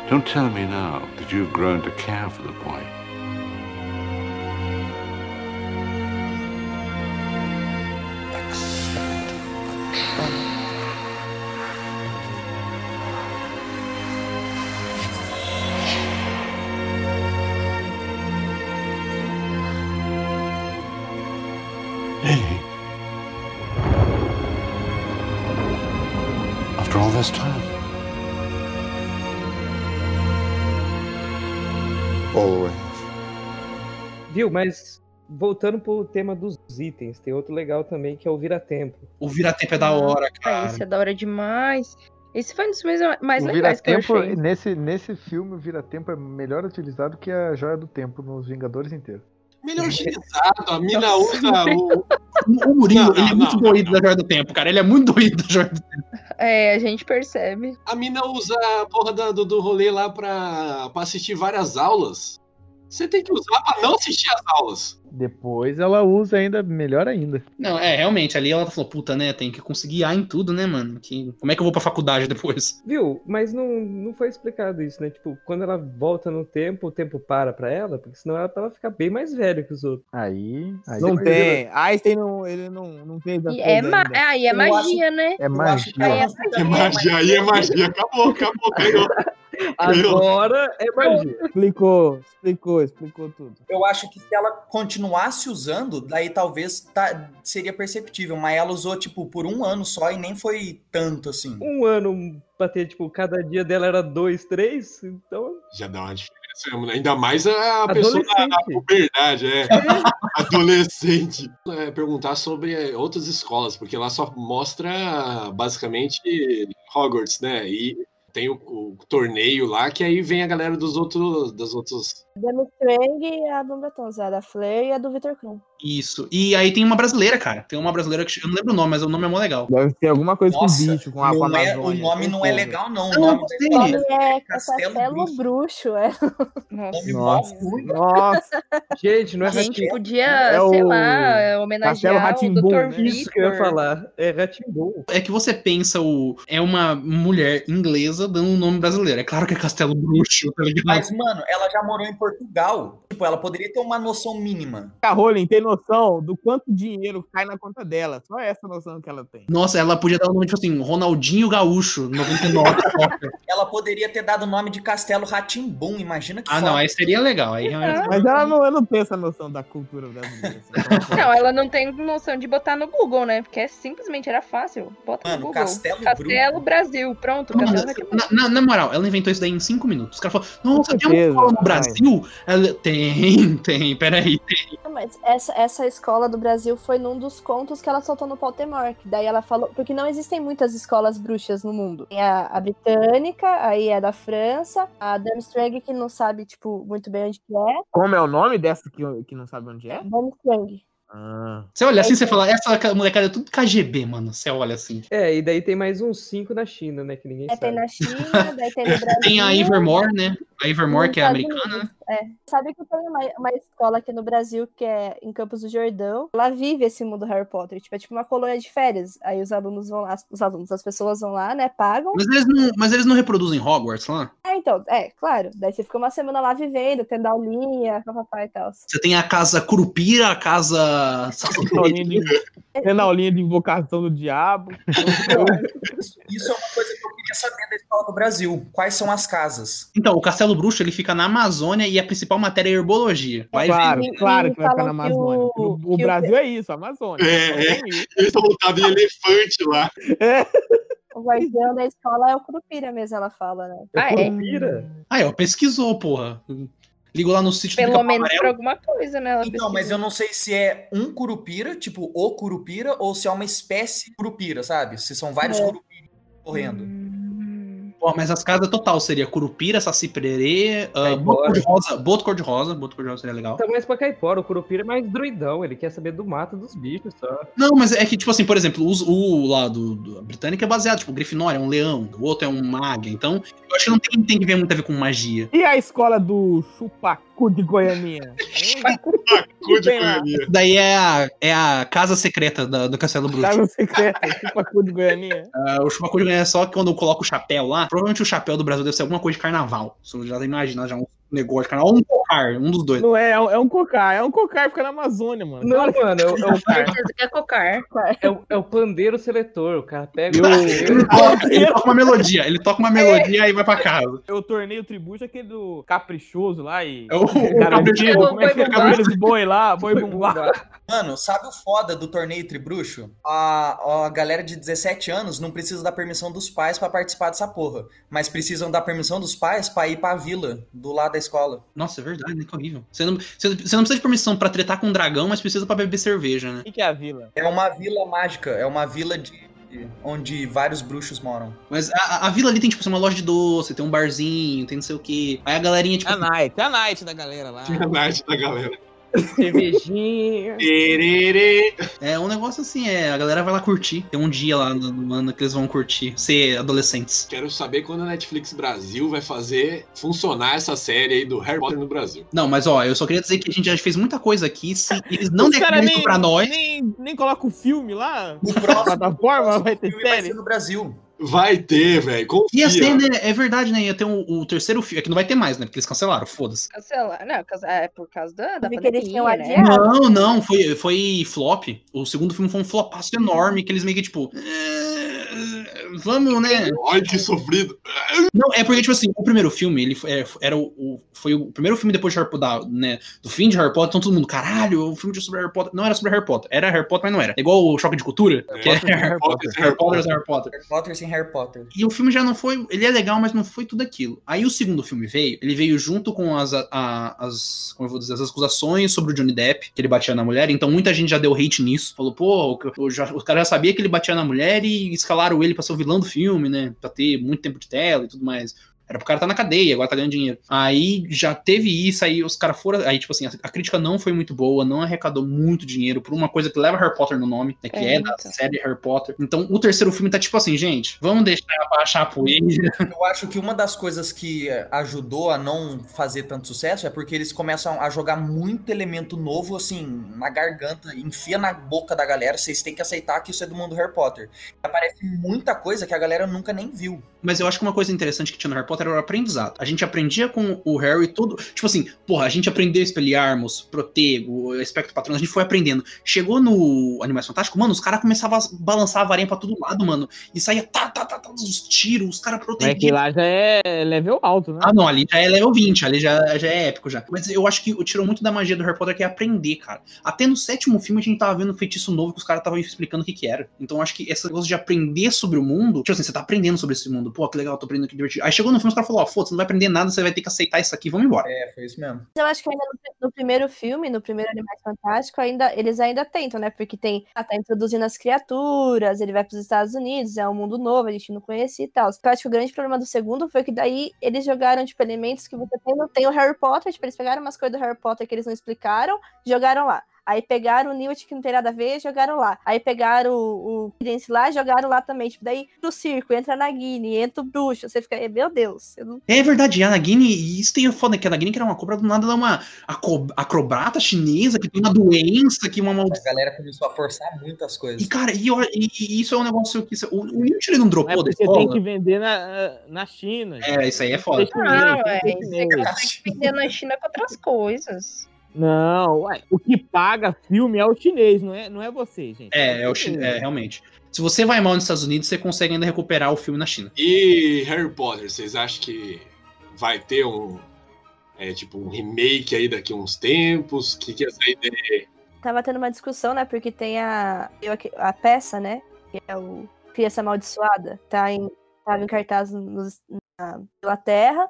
Speaker 12: Don't tell me now that you've grown to care for the boy. Hey. After all this time. Always.
Speaker 7: Viu? Mas voltando pro tema dos itens, tem outro legal também que é o vira-tempo.
Speaker 3: O vira-tempo é da hora,
Speaker 9: Ah,
Speaker 3: cara.
Speaker 9: isso é da hora demais. Esse foi um dos mais, mais
Speaker 2: o
Speaker 9: legais que eu
Speaker 2: vira-tempo,
Speaker 9: achei.
Speaker 2: nesse, nesse filme, o vira-tempo é melhor utilizado que a joia do tempo nos Vingadores inteiros.
Speaker 4: Melhor utilizado, a mina usa o.
Speaker 3: O o Murilo,
Speaker 4: Não, não,
Speaker 3: ele é muito
Speaker 4: não,
Speaker 3: doído
Speaker 4: não.
Speaker 3: da Joia do Tempo, cara. Ele é muito doído da Joia do Tempo.
Speaker 9: É, a gente percebe.
Speaker 4: A mina usa a porra da- do, do rolê lá pra, pra assistir várias aulas. Você tem que usar pra não assistir as aulas.
Speaker 2: Depois ela usa ainda, melhor ainda.
Speaker 3: Não, é, realmente, ali ela falou, puta, né, tem que conseguir A em tudo, né, mano? Que, como é que eu vou pra faculdade depois?
Speaker 7: Viu? Mas não, não foi explicado isso, né? Tipo, quando ela volta no tempo, o tempo para pra ela, porque senão ela, ela fica bem mais velha que os outros.
Speaker 2: Aí, aí
Speaker 1: Não
Speaker 2: depois
Speaker 1: tem. Einstein não, ele não, não tem
Speaker 9: E é, ma
Speaker 1: ainda.
Speaker 9: ah, e é
Speaker 8: Eu
Speaker 9: magia, né?
Speaker 2: É magia.
Speaker 9: Aí é
Speaker 4: É magia, aí é magia. Acabou, acabou, ganhou. Ganhou.
Speaker 7: Agora é magia.
Speaker 1: Explicou, explicou, explicou tudo.
Speaker 8: Eu acho que se ela continuasse usando, daí talvez tá- seria perceptível, mas ela usou, tipo, por um ano só e nem foi tanto assim.
Speaker 7: Um ano pra ter, tipo, cada dia dela era dois, três, então.
Speaker 4: Já dá uma diferença mesmo, né? Ainda mais a pessoa da, da
Speaker 7: Adolescente.
Speaker 4: puberdade, é. Adolescente. É, perguntar sobre é, outras escolas, porque lá só mostra basicamente Hogwarts, né? E tem o, o torneio lá, que aí vem a galera dos outros. Das outros...
Speaker 6: Demi Trang e a Bombatons, a da Flair e a do Victor Krum.
Speaker 3: Isso. E aí tem uma brasileira, cara. Tem uma brasileira que eu não lembro o nome, mas o nome é mó legal.
Speaker 1: Deve ter alguma coisa
Speaker 8: Nossa,
Speaker 1: com bicho, com a com a
Speaker 8: não é-
Speaker 1: Amazônia.
Speaker 8: o nome
Speaker 1: tem
Speaker 8: não é
Speaker 1: como.
Speaker 8: legal, não. O
Speaker 3: Não,
Speaker 8: nome
Speaker 3: eu
Speaker 8: da
Speaker 3: gostei.
Speaker 8: escola
Speaker 6: Ele é
Speaker 8: Castelo
Speaker 6: Castelo,
Speaker 8: Bruxo.
Speaker 6: Bruxo, é.
Speaker 9: Nossa.
Speaker 1: Nossa.
Speaker 8: Nossa.
Speaker 1: Nossa,
Speaker 7: Gente, não é
Speaker 9: A gente podia,
Speaker 1: É
Speaker 9: sei
Speaker 1: o
Speaker 9: lá, homenagear o
Speaker 1: Castelo
Speaker 9: Dr.
Speaker 1: Rá-Tim-Bum, né?
Speaker 9: Vitor.
Speaker 7: isso que eu ia falar. É Ratimbou.
Speaker 3: É que você pensa o. É uma mulher inglesa dando um nome brasileiro. É claro que é Castelo Bruxo, tá ligado?
Speaker 8: Mas, mano, ela já morou em Portugal. Tipo, ela poderia ter uma noção mínima.
Speaker 1: a Rowling tem noção do quanto dinheiro cai na conta dela. Só essa noção que ela tem.
Speaker 3: Nossa, ela podia dar o nome, tipo assim, Ronaldinho Gaúcho, 99.
Speaker 8: Ela poderia ter dado o nome de Castelo Ratimbum. Imagina que
Speaker 3: ah,
Speaker 8: foda.
Speaker 3: não, aí seria legal. Aí realmente.
Speaker 1: Mas ela não, ela não tem essa noção da cultura brasileira. assim, então,
Speaker 9: Não, ela não tem noção de botar no Google, né? Porque é simplesmente era fácil. Bota
Speaker 8: Mano,
Speaker 9: no Google.
Speaker 8: Castelo
Speaker 9: Castelo,
Speaker 8: Bruxo.
Speaker 9: Brasil. Pronto,
Speaker 3: Não,
Speaker 9: Castelo
Speaker 3: mas-
Speaker 9: Brasil.
Speaker 3: na, na- na moral, ela inventou isso daí em cinco minutos. Os caras falaram, nossa,
Speaker 1: Com
Speaker 3: tem uma escola no
Speaker 1: certeza,
Speaker 3: Brasil? Ela, tem, tem, peraí.
Speaker 6: Não, Mas essa, essa escola do Brasil foi num dos contos que ela soltou no Pottermore. que Daí ela falou. Porque não existem muitas escolas bruxas no mundo. Tem a, a britânica, aí é da França, a Darmstrang, que não sabe, tipo, muito bem onde que é.
Speaker 1: Como é o nome dessa que, que não sabe onde é?
Speaker 6: Darmstrang.
Speaker 1: Ah.
Speaker 3: Você olha assim, você fala, essa ca- molecada é tudo KGB, mano. Você olha assim.
Speaker 7: É, e daí tem mais uns cinco na China, né? Que ninguém
Speaker 6: É, tem
Speaker 7: sabe.
Speaker 6: na China, daí tem no Brasil.
Speaker 3: Tem a Ivermore, né? A Ivermore,
Speaker 6: nos
Speaker 3: que é
Speaker 6: Estados
Speaker 3: americana, né?
Speaker 6: Unidos. É. Sabe que tem uma, uma escola aqui no Brasil que é em Campos do Jordão. Ela vive esse mundo Harry Potter. Tipo, é tipo uma colônia de férias. Aí os alunos vão lá, os alunos, as pessoas vão lá, né? Pagam.
Speaker 3: Mas eles não, mas eles não reproduzem Hogwarts lá?
Speaker 6: É, então, é, claro. Daí você fica uma semana lá vivendo, tendo aulinha, papapá e tal.
Speaker 3: Você tem a casa Curupira, a casa.
Speaker 1: Tendo aulinha de- Tendo aulinha de invocação do diabo.
Speaker 8: Isso, isso é uma coisa que eu queria saber da escola do Brasil. Quais são as casas?
Speaker 3: Então, o Castelo Bruxo ele fica na Amazônia e a principal matéria é herbologia. Vai
Speaker 1: Claro,
Speaker 6: e-
Speaker 1: claro
Speaker 6: e
Speaker 1: que vai ficar um na
Speaker 6: falam que
Speaker 1: Amazônia.
Speaker 6: o-
Speaker 1: O, o
Speaker 6: que o-
Speaker 1: Brasil é isso, a Amazônia. Então,
Speaker 4: É,
Speaker 1: Só tem isso.
Speaker 4: Eles estão montados em elefante lá.
Speaker 6: O guardião da escola é o Curupira mesmo, ela fala, né?
Speaker 7: É
Speaker 9: Ah, é.
Speaker 7: Curupira.
Speaker 3: ver. Aí, ó, pesquisou, porra. Ligou lá no sítio do
Speaker 9: Pelo
Speaker 3: Pica-Pau
Speaker 9: menos
Speaker 3: Amarelo.
Speaker 9: pra alguma coisa, né? Ela
Speaker 8: Então, mas eu não sei se é um curupira, tipo o curupira, ou se é uma espécie curupira, sabe? Se são vários
Speaker 6: É.
Speaker 8: curupiras correndo.
Speaker 9: Hum.
Speaker 3: Ó, mas as casas total seria Curupira, Saci Pererê, ah,
Speaker 7: Vai
Speaker 3: Boto
Speaker 7: embora.
Speaker 3: Cor-de-Rosa. Boto Cor-de-Rosa. Boto Cor-de-Rosa seria legal.
Speaker 7: Tá mais pra Caipora. O Curupira é mais druidão. Ele quer saber do mato dos bichos só.
Speaker 3: Não, mas é que, tipo assim, por exemplo, os- o lá do, do- a britânica é baseado, tipo, o Grifinória é um leão, o outro é um águia. Então, eu acho que não tem, tem que ver muito a ver com magia.
Speaker 1: E a escola do Chupacu de Goianinha? Hein?
Speaker 4: Cu de
Speaker 1: Bem lá.
Speaker 4: Goiânia.
Speaker 3: Daí é a, é a casa secreta da- do Castelo Bruxo.
Speaker 1: Casa secreta, chupa cu tipo de Goianinha.
Speaker 3: Ah, o chupacu de Goiânia é só que quando eu coloco o chapéu lá, provavelmente o chapéu do Brasil deve ser alguma coisa de carnaval. Você já imagina já um negócio de carnaval, ou um cocar, um dos dois.
Speaker 1: Não é, é um- é um cocar, é um cocar, fica na Amazônia, mano.
Speaker 7: Não,
Speaker 1: Claro que
Speaker 7: mano, é o- é o-
Speaker 1: cocar.
Speaker 9: Certeza que é cocar.
Speaker 7: é o, é o pandeiro seletor. O cara pega. o
Speaker 3: Ele toca, ele toca uma melodia, ele toca uma melodia e vai pra casa.
Speaker 1: Eu tornei o tributo aquele do caprichoso lá e.
Speaker 3: É o, o
Speaker 1: Cara,
Speaker 3: capricho-
Speaker 1: como é que é?
Speaker 9: Boi
Speaker 1: Cabelo de boi lá, boi bumbá.
Speaker 8: Mano, sabe o foda do torneio Tribruxo? A, a galera de 17 anos não precisa da permissão dos pais pra participar dessa porra, mas precisam da permissão dos pais pra ir pra vila do lado da escola.
Speaker 3: Nossa, é verdade, né? Que horrível. Você não, você, você não precisa de permissão pra tretar com um dragão, mas precisa pra beber cerveja, né?
Speaker 1: O que, que é a vila?
Speaker 8: É uma vila mágica, é uma vila de onde vários bruxos moram.
Speaker 3: Mas a, a vila ali tem, tipo, uma loja de doce, tem um barzinho, tem não sei o quê. Aí a galerinha, tipo,
Speaker 1: É A night, a night da galera lá.
Speaker 4: Tinha a night da galera.
Speaker 7: cervejinha.
Speaker 4: Tererê.
Speaker 3: é um negócio assim, é, a galera vai lá curtir. Tem um dia lá no no ano que eles vão curtir, ser adolescentes.
Speaker 4: Quero saber quando a Netflix Brasil vai fazer funcionar essa série aí do Harry Potter no Brasil.
Speaker 3: Não, mas ó, eu só queria dizer que a gente já fez muita coisa aqui. Se eles não
Speaker 1: Os cara
Speaker 3: derem isso pra nós,
Speaker 1: Nem, nem coloca o filme lá
Speaker 8: O
Speaker 1: na
Speaker 8: próximo
Speaker 1: plataforma, vai ter
Speaker 8: filme vai
Speaker 1: série.
Speaker 8: ser no Brasil.
Speaker 4: Vai ter, velho. Confia.
Speaker 3: Ia ser, né? É verdade, né? Ia ter o, o terceiro filme. É que não vai ter mais, né? Porque eles cancelaram, foda-se.
Speaker 9: Cancelar. Não, causa- é por causa da, da
Speaker 6: Vi que eles tinham
Speaker 9: pandemia, né?
Speaker 6: adiado.
Speaker 3: Não, não, foi, foi flop. O segundo filme foi um flopaço enorme que eles meio que, tipo. "Eh, Vamos, né?
Speaker 4: Olha que sofrido.
Speaker 3: Não, é porque, tipo assim, o primeiro filme, ele foi, é, era o, o- Foi o primeiro filme depois de Harry Potter, da- né? Do fim de Harry Potter, então todo mundo, caralho, o filme de sobre Harry Potter. Não era sobre Harry Potter, era Harry Potter, mas não era. É igual o Choque de Cultura, que é Harry Potter. Harry Potter é Harry Potter.
Speaker 8: Harry Potter sem Harry Potter.
Speaker 3: E o filme já não foi. Ele é legal, mas não foi tudo aquilo. Aí o segundo filme veio, ele veio junto com as, a- a- as como eu vou dizer, as acusações sobre o Johnny Depp, que ele batia na mulher. Então muita gente já deu hate nisso. Falou, pô, o, ca- o já- o cara já sabia que ele batia na mulher e escalaram ele pra ser o vilão do filme, né? Pra ter muito tempo de tela e tudo mais. Era pro cara tá na cadeia, agora tá ganhando dinheiro. Aí já teve isso, aí os caras foram. Aí, tipo assim, a, a crítica não foi muito boa, não arrecadou muito dinheiro por uma coisa que leva Harry Potter no nome, né? Que é,
Speaker 9: É,
Speaker 3: da
Speaker 9: então.
Speaker 3: série Harry Potter. Então o terceiro filme tá tipo assim, gente, vamos deixar baixar a poeira.
Speaker 8: Eu acho que uma das coisas que eh, ajudou a não fazer tanto sucesso é porque eles começam a jogar muito elemento novo, assim, na garganta, enfia na boca da galera. Vocês têm que aceitar que isso é do mundo Harry Potter. Aparece muita coisa que a galera nunca nem viu.
Speaker 3: Mas eu acho que uma coisa interessante que tinha no Harry Potter era o aprendizado. A gente aprendia com o Harry tudo. Tipo assim, porra, a gente aprendeu Expelliarmus, Protego, Espectro Patrono, a gente foi aprendendo. Chegou no Animais Fantástico, mano, os caras começavam a balançar a varinha pra todo lado, mano. E saía tá, tá, tá, tá, os tiros, os caras
Speaker 1: Mas que
Speaker 3: protegiam.
Speaker 1: lá já é level alto, né?
Speaker 3: Ah, não, ali já é level 20, ali já, já é épico já. Mas eu acho que o tirou muito da magia do Harry Potter que é aprender, cara. Até no sétimo filme a gente tava vendo um feitiço novo que os caras estavam explicando o que que era. Então eu acho que essa coisa de aprender sobre o mundo, tipo assim, você tá aprendendo sobre esse mundo. Pô, que legal, tô aprendendo que divertido. Aí chegou no filme os caras falaram, ó, foda, você não vai aprender nada, você vai ter que aceitar isso aqui, vamos embora.
Speaker 8: É, foi isso mesmo.
Speaker 6: Mas Eu acho que ainda no, no primeiro filme, no primeiro Animais Fantástico, ainda, eles ainda tentam, né? Porque tem, ah, tá introduzindo as criaturas, ele vai pros Estados Unidos, é um mundo novo, a gente não conhecia e tal. Eu acho que o grande problema do segundo foi que daí eles jogaram, tipo, elementos que você tem, não tem o Harry Potter, tipo, eles pegaram umas coisas do Harry Potter que eles não explicaram, jogaram lá. Aí pegaram o Newt, que não tem nada a ver, jogaram lá. Aí pegaram o, o Credence lá, jogaram lá também. Tipo, daí pro circo, entra na Guine, entra o bruxo. Você fica, meu Deus, eu não
Speaker 3: É verdade, e a Nagini, e isso tem foda, que a Nagini que era uma cobra do nada, ela é uma aco- acrobata chinesa que tem uma doença, que uma maldição.
Speaker 8: A galera começou a forçar muitas
Speaker 3: E
Speaker 8: coisas.
Speaker 3: cara, e, eu- e- e isso é um negócio que. isso- O, o Newt ele não
Speaker 1: Mas
Speaker 3: dropou da
Speaker 1: porque tem
Speaker 3: escola.
Speaker 1: que vender na, na China.
Speaker 3: É, isso aí é foda.
Speaker 1: Tem
Speaker 9: Não,
Speaker 6: né?
Speaker 9: é,
Speaker 1: que
Speaker 9: isso
Speaker 1: vender.
Speaker 9: aí consegue vender na China com outras coisas.
Speaker 1: Não, uai, o que paga filme é o chinês, não é, não é você, gente.
Speaker 3: É, é, o chi- é, realmente. Se você vai mal nos Estados Unidos, você consegue ainda recuperar o filme na China.
Speaker 4: E Harry Potter, vocês acham que vai ter um. É tipo um remake aí daqui a uns tempos? O que, que é essa ideia?
Speaker 6: tava tendo uma discussão, né? Porque tem a, eu aqui- a peça, né? Que é o Criança Amaldiçoada. Tá em, tava em cartaz nos- na Inglaterra.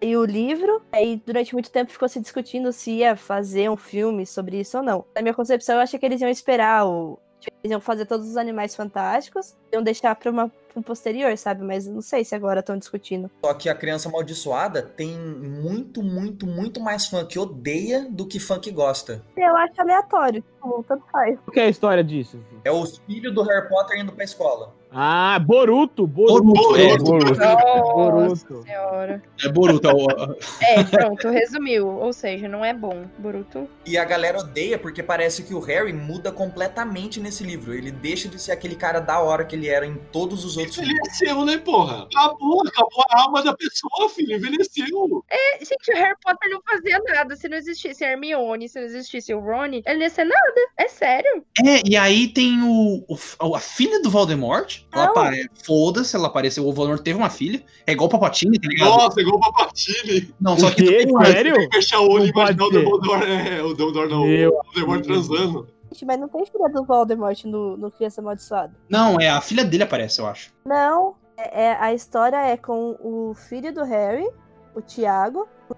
Speaker 6: E o livro, aí durante muito tempo ficou se discutindo se ia fazer um filme sobre isso ou não. Na minha concepção, eu achei que eles iam esperar o. tipo, Eles iam fazer todos os animais fantásticos, iam deixar pra, uma, pra um posterior, sabe? Mas não sei se agora estão discutindo.
Speaker 8: Só que a criança amaldiçoada tem muito, muito, muito mais fã que odeia do que fã que gosta.
Speaker 6: Eu acho aleatório, tipo, tanto faz.
Speaker 1: Qual que é a história disso?
Speaker 8: É os filhos do Harry Potter indo pra escola.
Speaker 13: assim? Ah, Boruto, Boruto.
Speaker 3: Boruto,
Speaker 13: é,
Speaker 3: Boruto.
Speaker 9: Nossa
Speaker 13: Boruto.
Speaker 9: senhora.
Speaker 3: É Boruto. é o-
Speaker 9: É, pronto, resumiu. Ou seja, não é bom. Boruto.
Speaker 8: E a galera odeia porque parece que o Harry muda completamente nesse livro. Ele deixa de ser aquele cara da hora que ele era em todos os outros
Speaker 4: livros. Envelheceu, né, porra? Acabou, acabou a alma da pessoa, filho. Envelheceu.
Speaker 9: É, gente, o Harry Potter não fazia nada. Se não existisse a Hermione, se não existisse o Rony, ele não ia ser nada. É sério.
Speaker 3: É, e aí tem o, o- a filha do Voldemort. Ela
Speaker 9: Não.
Speaker 3: apare- Foda-se, ela apareceu. O Voldemort teve uma filha. É igual o Papatini, tá ligado?
Speaker 4: Nossa, igual o Papatini.
Speaker 3: Não, só
Speaker 13: O
Speaker 3: que.
Speaker 13: quê?
Speaker 3: não é-
Speaker 13: Sério?
Speaker 4: Tem que fechar o olho e
Speaker 13: Não pode
Speaker 4: imaginar o
Speaker 13: ser.
Speaker 4: Dumbledore. É, o Dumbledore não.
Speaker 13: Meu
Speaker 4: o Dumbledore transando.
Speaker 6: Gente, mas não tem filha do Voldemort no, no Criança Amaldiçoada.
Speaker 3: Não, é a filha dele aparece, eu acho.
Speaker 6: Não, é, é- a história é com o filho do Harry, o Tiago, o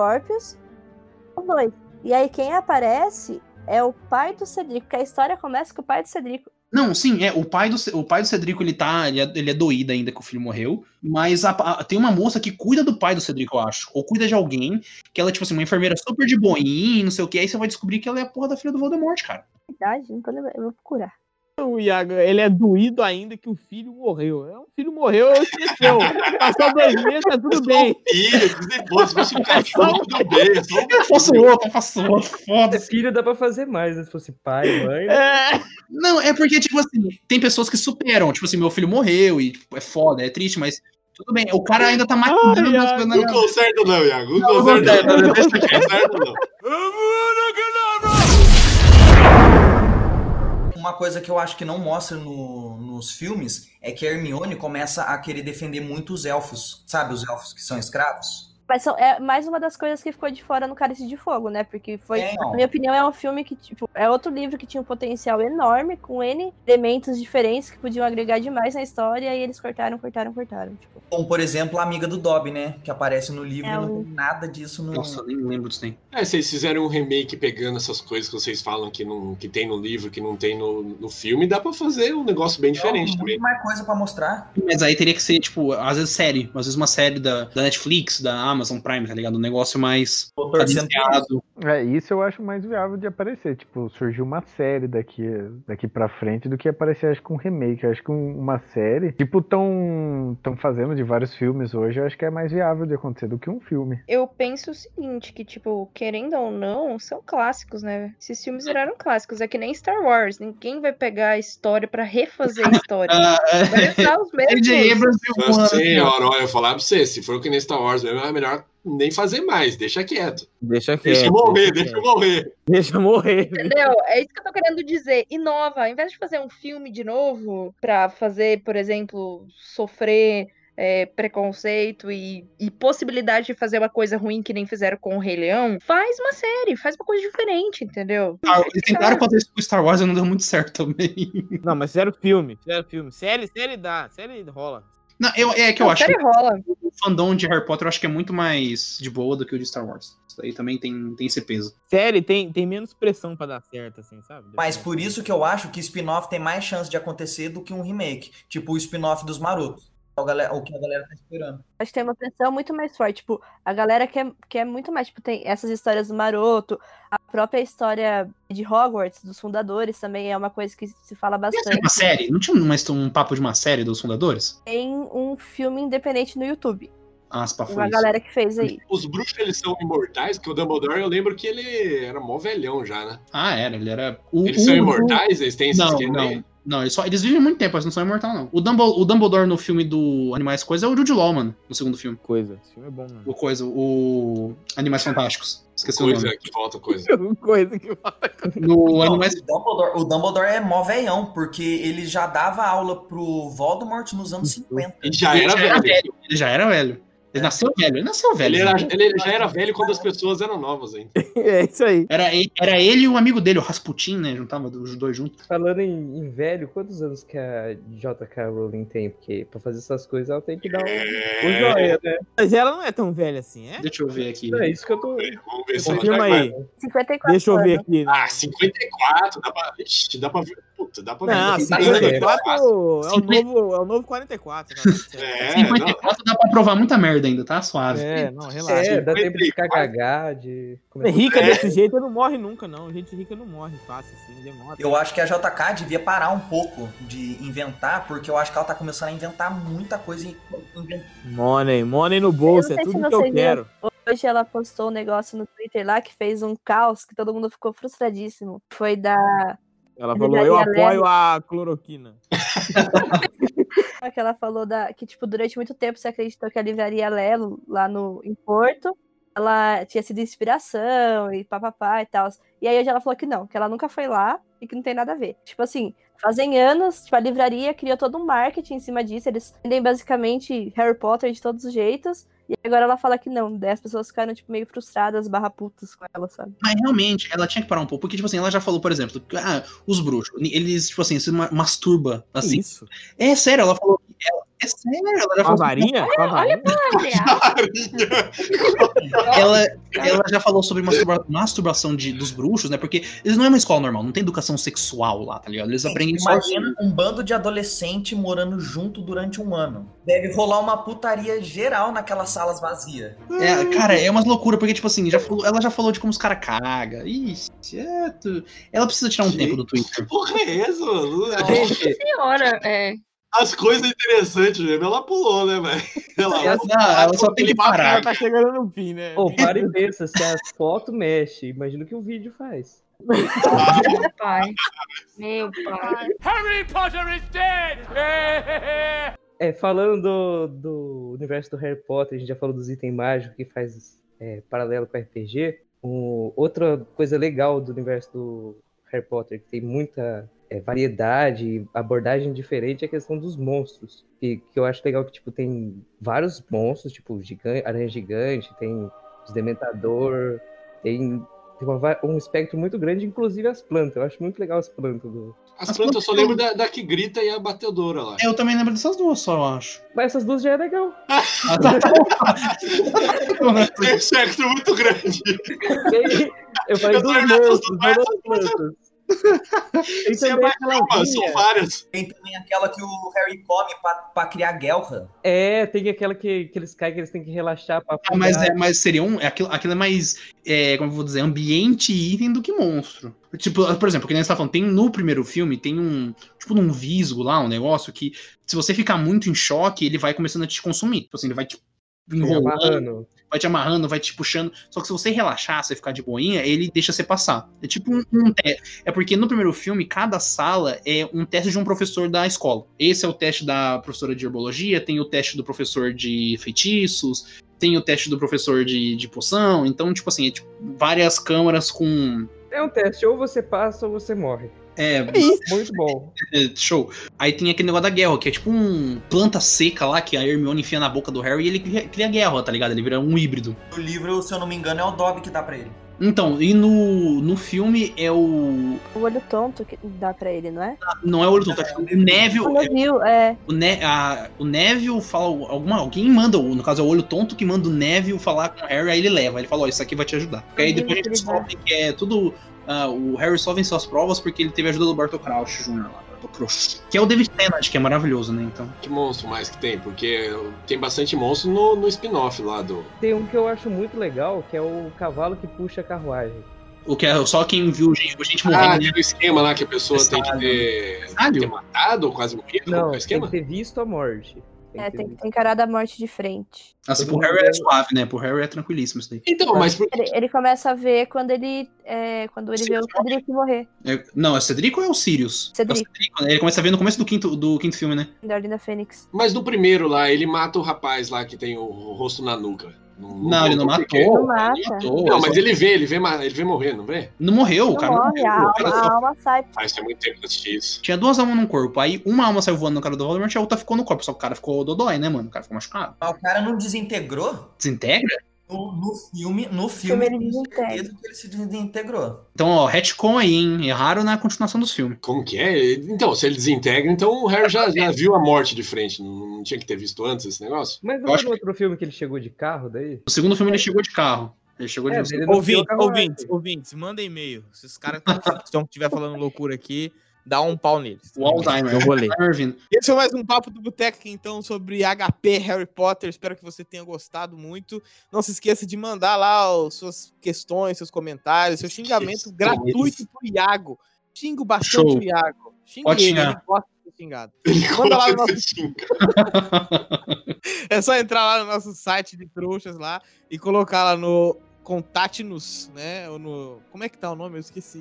Speaker 6: Scorpius, os dois. E aí quem aparece é o pai do Cedrico, que a história começa com o pai do Cedrico.
Speaker 3: Não, sim, é. O pai do, Ce- o pai do Cedrico, ele tá. Ele é, ele é doído ainda que o filho morreu. Mas a- a- tem uma moça que cuida do pai do Cedrico, eu acho. Ou cuida de alguém. Que ela é, tipo assim, uma enfermeira super de boinha, não sei o que. Aí você vai descobrir que ela é a porra da filha do Voldemort, cara.
Speaker 6: Verdade, não tô lembrando, eu vou procurar.
Speaker 13: O Iago, ele é doído ainda que o filho morreu. É, O filho morreu, esqueceu. Passou dois meses, tá tudo bem.
Speaker 4: Filho, que depois, se fosse um cachorro, tudo bem. É só um
Speaker 3: Eu faço outro, eu faço outro, foda-se.
Speaker 7: é Filho dá pra fazer mais, né? Se fosse pai, mãe. né?
Speaker 13: É,
Speaker 3: Não, é porque, tipo assim, tem pessoas que superam. Tipo assim, meu filho morreu e tipo, é foda, é triste, mas tudo bem. O cara ainda tá maquinando
Speaker 13: Ai,
Speaker 3: as
Speaker 13: ai,
Speaker 3: coisas na
Speaker 4: Não conserta não, Iago. Não
Speaker 3: Não
Speaker 4: conserta não. Não
Speaker 13: né?
Speaker 3: conserta,
Speaker 4: conserta não.
Speaker 8: Uma coisa que eu acho que não mostra no- nos filmes é que a Hermione começa a querer defender muito os elfos. Sabe, os elfos que são escravos?
Speaker 6: Mas são- é mais uma das coisas que ficou de fora no Cálice de Fogo, né? Porque foi,
Speaker 8: É, não.
Speaker 6: na minha opinião, é um filme que, tipo, é outro livro que tinha um potencial enorme, com N elementos diferentes que podiam agregar demais na história, e eles cortaram, cortaram, cortaram. Tipo,
Speaker 8: Como, por exemplo, a amiga do Dobby, né? Que aparece no livro e não tem nada disso no.
Speaker 3: Nossa, nem lembro disso nem.
Speaker 4: É, vocês fizeram um remake pegando essas coisas que vocês falam que, não, que tem no livro, que não tem no, no filme, dá pra fazer um negócio bem diferente
Speaker 8: Então,
Speaker 4: também.
Speaker 8: muito mais coisa pra mostrar.
Speaker 3: Mas aí teria que ser, tipo, às vezes série. Às vezes uma série da, da Netflix, da Amazon Prime, tá ligado? Um negócio mais
Speaker 8: Tô torcendo por isso.
Speaker 3: cadenciado.
Speaker 2: É, isso eu acho mais viável de aparecer. Tipo, surgiu uma série daqui, daqui pra frente do que aparecer, acho que um remake. Acho que um- uma série. Tipo, tão, tão fazendo de vários filmes hoje, eu acho que é mais viável de acontecer do que um filme.
Speaker 9: Eu penso o seguinte, que, tipo, querendo ou não, são clássicos, né? Esses filmes viraram clássicos. É que nem Star Wars. Ninguém vai pegar a história pra refazer a história.
Speaker 3: Ah,
Speaker 9: Vai usar os
Speaker 3: é. J.J.
Speaker 9: mesmos.
Speaker 3: Abrams viu
Speaker 4: Nossa
Speaker 3: porra,
Speaker 4: senhora, olha, Assim, eu vou falar pra você, se for que nem Star Wars mesmo, é melhor nem fazer mais, deixa quieto.
Speaker 13: Deixa quieto.
Speaker 4: Deixa eu morrer, deixa eu morrer.
Speaker 13: Deixa eu morrer.
Speaker 9: Entendeu? É isso que eu tô querendo dizer. Inova. Ao invés de fazer um filme de novo pra fazer, por exemplo, sofrer é, preconceito e, e possibilidade de fazer uma coisa ruim que nem fizeram com o Rei Leão, faz uma série, faz uma coisa diferente, entendeu?
Speaker 3: Star Wars. Tá, Eles tentaram fazer isso com Star Wars e não deu muito certo também.
Speaker 13: Não, mas fizeram filme. Fizeram filme. Série, série dá. Série rola.
Speaker 3: Não, eu, é que eu
Speaker 9: Não,
Speaker 3: acho.
Speaker 9: série rola.
Speaker 3: O fandom de Harry Potter eu acho que é muito mais de boa do que o de Star Wars. Isso aí também tem, tem esse peso.
Speaker 13: Série tem, tem menos pressão pra dar certo, assim, sabe?
Speaker 8: Mas por isso que eu acho que spin-off tem mais chance de acontecer do que um remake. Tipo o spin-off dos Marotos. O, galera- o que a galera tá esperando.
Speaker 6: acho que tem uma pressão muito mais forte. Tipo, a galera quer, quer muito mais. Tipo, tem essas histórias do Maroto, a própria história de Hogwarts, dos fundadores, também é uma coisa que se fala
Speaker 3: Ia ser
Speaker 6: bastante.
Speaker 3: é uma série? Não tinha mais um papo de uma série dos fundadores?
Speaker 6: Tem um filme independente no YouTube.
Speaker 3: Aspa foi
Speaker 6: Uma
Speaker 3: isso.
Speaker 6: galera que fez aí.
Speaker 4: Os bruxos, eles são imortais, que o Dumbledore, eu lembro que ele era mó velhão já, né?
Speaker 3: Ah, era, ele era. O,
Speaker 4: Eles são
Speaker 3: o-
Speaker 4: imortais, eles têm esse
Speaker 3: Não,
Speaker 4: esquema aí?
Speaker 3: não. Não, eles, só, eles vivem muito tempo, eles não são imortal, não. O, Dumbledore, o Dumbledore no filme do Animais Coisa é o Jude Law, mano, no segundo filme.
Speaker 13: Coisa. Esse filme é bom, mano.
Speaker 3: O Coisa, o Animais Fantásticos. Esqueci o nome.
Speaker 4: Coisa que falta coisa.
Speaker 13: Coisa que
Speaker 3: No
Speaker 8: Não,
Speaker 3: Animais...
Speaker 8: o, Dumbledore, o Dumbledore é mó veião, porque ele já dava aula pro Voldemort nos anos 50.
Speaker 4: E já era
Speaker 3: ele já era
Speaker 4: velho.
Speaker 3: velho. Ele já era velho. Ele nasceu velho, ele nasceu velho.
Speaker 4: É. Ele,
Speaker 3: né?
Speaker 4: era, ele já era velho quando as pessoas eram novas ainda.
Speaker 13: É isso aí.
Speaker 3: Era, ele- era ele e o amigo dele, o Rasputin, né? Juntava os dois juntos.
Speaker 7: Falando em, em velho, quantos anos que a J.K. Rowling tem? Porque pra fazer essas coisas ela tem que dar um, um joia, né?
Speaker 13: Mas ela não é tão velha assim, é?
Speaker 3: Deixa eu ver aqui.
Speaker 7: É isso que eu tô.
Speaker 4: Vamos ver se ela já
Speaker 13: Confirma
Speaker 4: vai-
Speaker 13: aí.
Speaker 6: 54
Speaker 13: Deixa eu ver
Speaker 6: anos.
Speaker 13: aqui.
Speaker 4: Ah, 54, dá pra. Ixi, dá pra ver. Puta, tu dá pra
Speaker 13: Não,
Speaker 4: ver.
Speaker 13: 54 é o,
Speaker 4: Cinquenta-
Speaker 13: novo, é o novo 44. cara.
Speaker 4: É,
Speaker 3: 54 dá pra provar muita merda ainda, tá? Suave.
Speaker 13: É, não, relaxa.
Speaker 7: É, dá tempo de ficar
Speaker 13: 54.
Speaker 7: cagado, de...
Speaker 13: É Rica
Speaker 7: É.
Speaker 13: desse jeito não morre nunca, não. Gente rica não morre fácil, assim, demora.
Speaker 8: Eu acho que a JK devia parar um pouco de inventar, porque eu acho que ela tá começando a inventar muita coisa e
Speaker 13: Money, money no bolso, é
Speaker 6: sei se
Speaker 13: tudo que eu
Speaker 6: vocês viram,
Speaker 13: quero.
Speaker 6: Hoje ela postou um negócio no Twitter lá que fez um caos que todo mundo ficou frustradíssimo. Foi da.
Speaker 13: Ela
Speaker 6: da
Speaker 13: falou,
Speaker 6: Daria
Speaker 13: eu
Speaker 6: Lemos.
Speaker 13: apoio a cloroquina.
Speaker 6: Que ela falou da, que, tipo, durante muito tempo você acreditou que a livraria Lelo, lá no, em Porto, ela tinha sido inspiração e papapá e tal. E aí hoje ela falou que não, que ela nunca foi lá e que não tem nada a ver. Tipo assim, fazem anos, tipo, a livraria criou todo um marketing em cima disso. Eles vendem basicamente Harry Potter de todos os jeitos. E agora ela fala que não. Daí as pessoas ficaram, tipo, meio frustradas, barra putas com ela, sabe?
Speaker 3: Mas realmente, ela tinha que parar um pouco, porque, tipo assim, ela já falou, por exemplo, que, ah, os bruxos, eles, tipo assim, se ma- masturba, assim.
Speaker 13: Isso.
Speaker 3: É sério, ela falou. que ela- é sério, ela já
Speaker 13: Com a
Speaker 3: falou.
Speaker 13: varinha? Com a varinha?
Speaker 3: ela, ela já falou sobre masturba- masturbação de, dos bruxos, né? Porque eles não é uma escola normal, não tem educação sexual lá, tá ligado? Eles aprendem só.
Speaker 8: imagina um bando de adolescente morando junto durante um ano. Deve rolar uma putaria geral naquelas salas vazias.
Speaker 3: É, cara, é umas loucuras, porque, tipo assim, já falou- ela já falou de como os caras cagam. Ixi, é tu- ela precisa tirar um tempo do Twitter.
Speaker 4: Porra, é isso, mano?
Speaker 9: Senhora, é.
Speaker 4: As coisas interessantes mesmo, ela pulou, né, velho? Ela,
Speaker 3: Ah, ela só tem que parar.
Speaker 13: Tá chegando no fim, né?
Speaker 7: Ô, para e pensa, se as fotos mexem, imagina o que o vídeo faz.
Speaker 9: Meu pai. Meu pai.
Speaker 14: Harry Potter is dead!
Speaker 7: É, falando do, do universo do Harry Potter, a gente já falou dos itens mágicos que faz é, paralelo com RPG. Um- outra coisa legal do universo do Harry Potter, que tem muita é, variedade, abordagem diferente, é a questão dos monstros. Que, que eu acho legal que, tipo, tem vários monstros, tipo, gigante, aranha gigante, tem os dementador, tem, tem uma va- um espectro muito grande, inclusive as plantas. Eu acho muito legal as plantas do...
Speaker 4: as plantas, eu só lembro da, da que grita e a batedora lá.
Speaker 3: É, Eu também lembro dessas duas só, eu acho.
Speaker 7: Mas essas duas já é legal.
Speaker 4: Tem um espectro muito grande.
Speaker 7: Eu falei
Speaker 4: tô
Speaker 7: dos
Speaker 4: lembrando
Speaker 7: monstros,
Speaker 4: dessas
Speaker 7: não das
Speaker 4: duas
Speaker 7: plantas. Tem
Speaker 4: também aquela vinha.
Speaker 8: Tem também aquela que o Harry come pra, pra criar guerra.
Speaker 7: É, tem aquela que, que eles caem, que eles têm que relaxar pra
Speaker 3: Ah, mas, é,
Speaker 7: afogar.
Speaker 3: mas seria um. é Aquilo, aquilo é mais. é, como eu vou dizer? Ambiente e item do que monstro. Tipo, por exemplo, que nem você tá falando, tem no primeiro filme, tem um. Tipo, num visgo lá, um negócio que se você ficar muito em choque, ele vai começando a te consumir. Tipo assim, ele vai te enrolando,
Speaker 7: amarrando.
Speaker 3: vai te amarrando, vai te puxando. Só que se você relaxar, você ficar de boinha, ele deixa você passar. É tipo um, um teste. É porque no primeiro filme, cada sala é um teste de um professor da escola. Esse é o teste da professora de herbologia, tem o teste do professor de feitiços, tem o teste do professor de, de poção. Então, tipo assim, é tipo várias câmaras com.
Speaker 7: É um teste, ou você passa ou você morre.
Speaker 3: É,
Speaker 7: Muito bom.
Speaker 3: é, show. Aí tem aquele negócio da guerra, que é tipo um planta seca lá que a Hermione enfia na boca do Harry e ele cria, cria guerra, tá ligado? Ele vira um híbrido.
Speaker 8: O livro, se eu não me engano, é o Dobby que dá pra ele.
Speaker 3: Então, e no, no filme é o.
Speaker 6: O olho tonto que dá pra ele, não é?
Speaker 3: Não é o Olho Tonto, acho que é o Neville.
Speaker 6: Quando eu vi, é.
Speaker 3: O, ne a- o Neville fala. Alguma, alguém manda, o- no caso é o Olho Tonto, que manda o Neville falar com o Harry, aí ele leva. Ele fala: Ó, isso aqui vai te ajudar. Porque aí depois a gente descobre que é tudo. ah, o Harry só vence suas provas porque ele teve a ajuda do Bartol Crouch Jr. lá. Bartol Crouch. Que é o David Tennant, que é maravilhoso, né? Então.
Speaker 4: Que monstro mais que tem? Porque tem bastante monstro no, no spin-off lá do.
Speaker 7: Tem um que eu acho muito legal, que é o cavalo que puxa a carruagem.
Speaker 3: O que é só quem viu gente, gente morrendo,
Speaker 7: é.
Speaker 4: Ah, é
Speaker 3: né?
Speaker 4: tem o esquema lá que a pessoa tem que ter, ter matado ou quase morrido.
Speaker 7: né? Não,
Speaker 4: qual é o
Speaker 7: tem
Speaker 4: esquema?
Speaker 7: que ter visto a morte.
Speaker 6: É, tem que encarar a morte de frente.
Speaker 3: Assim, pro Harry é suave, né? Pro Harry é tranquilíssimo isso daí.
Speaker 4: Então,
Speaker 6: ele, ele começa a ver quando ele é, quando ele vê o Cedric morrer.
Speaker 3: É- não, é Cedrico ou é o Sirius? É
Speaker 6: Cedrico.
Speaker 3: o Cedrico, né? Ele começa a ver no começo do quinto, do quinto filme, né?
Speaker 6: Da Ordem da Fênix.
Speaker 4: Mas no primeiro lá, ele mata o rapaz lá que tem o rosto na nuca. Não,
Speaker 3: Não, ele não
Speaker 4: por
Speaker 3: matou,
Speaker 4: quê.
Speaker 6: Não mata.
Speaker 4: Não, mas ele vê, ele vê, ma- ele vê morrer, não vê?
Speaker 3: Não morreu, o
Speaker 6: Não
Speaker 3: cara.
Speaker 6: morre, a
Speaker 3: morreu.
Speaker 6: alma, a alma sai.
Speaker 4: Faz tem muito tempo que eu assisti isso.
Speaker 3: Tinha duas almas num corpo. Aí uma alma saiu voando no cara do Voldemort e a outra ficou no corpo. Só que o cara ficou dodói, né, mano? O cara ficou machucado.
Speaker 8: Mas o cara não desintegrou?
Speaker 3: Desintegra?
Speaker 8: No, no filme, no filme,
Speaker 6: ele
Speaker 8: com certeza que ele se desintegrou.
Speaker 3: Então, ó, retcon aí, hein? Erraram na continuação dos filmes.
Speaker 4: Como que é? Então, se ele desintegra, então o Harry já, já viu a morte de frente. Não, não tinha que ter visto antes esse negócio?
Speaker 7: Mas não
Speaker 4: Eu
Speaker 7: foi
Speaker 4: acho
Speaker 7: no outro filme que ele chegou de carro daí?
Speaker 3: O segundo filme ele chegou de carro. Ele chegou de
Speaker 7: É, ele não
Speaker 3: Ouvi-
Speaker 1: tá
Speaker 7: viu a
Speaker 15: Ouvinte,
Speaker 7: carruagem.
Speaker 15: ouvintes, ouvintes, manda e-mail. Se os caras estão estiver falando loucura aqui,
Speaker 16: dar um pau neles.
Speaker 1: O tá- Alzheimer.
Speaker 16: Eu vou ler.
Speaker 15: Esse foi mais um papo do Boteco, aqui, então, sobre HP Harry Potter. Espero que você tenha gostado muito. Não se esqueça de mandar lá ó, suas questões, seus comentários, seu xingamento
Speaker 1: Questões.
Speaker 15: gratuito pro Iago. Xingo bastante
Speaker 1: Show.
Speaker 15: o Iago. Xingue
Speaker 1: Pode
Speaker 15: ele,
Speaker 1: xingar.
Speaker 15: ele gosta de ser xingado. Manda lá no nosso é só entrar lá no nosso site de trouxas lá e colocar lá no Contate-nos, né? Ou no. Como é que tá o nome? Eu esqueci.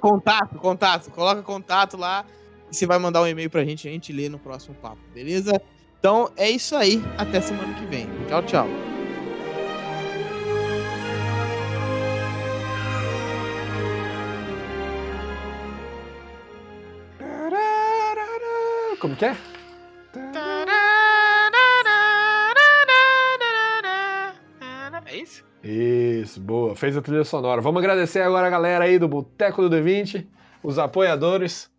Speaker 15: contato, contato. Coloca contato lá e você vai mandar um e-mail pra gente, a gente lê no próximo papo, beleza? Então é isso aí. Até semana que vem. Tchau, tchau.
Speaker 4: Como que é?
Speaker 15: É isso?
Speaker 4: Isso, boa. Fez a trilha sonora. Vamos agradecer agora a galera aí do Boteco do D20, os apoiadores.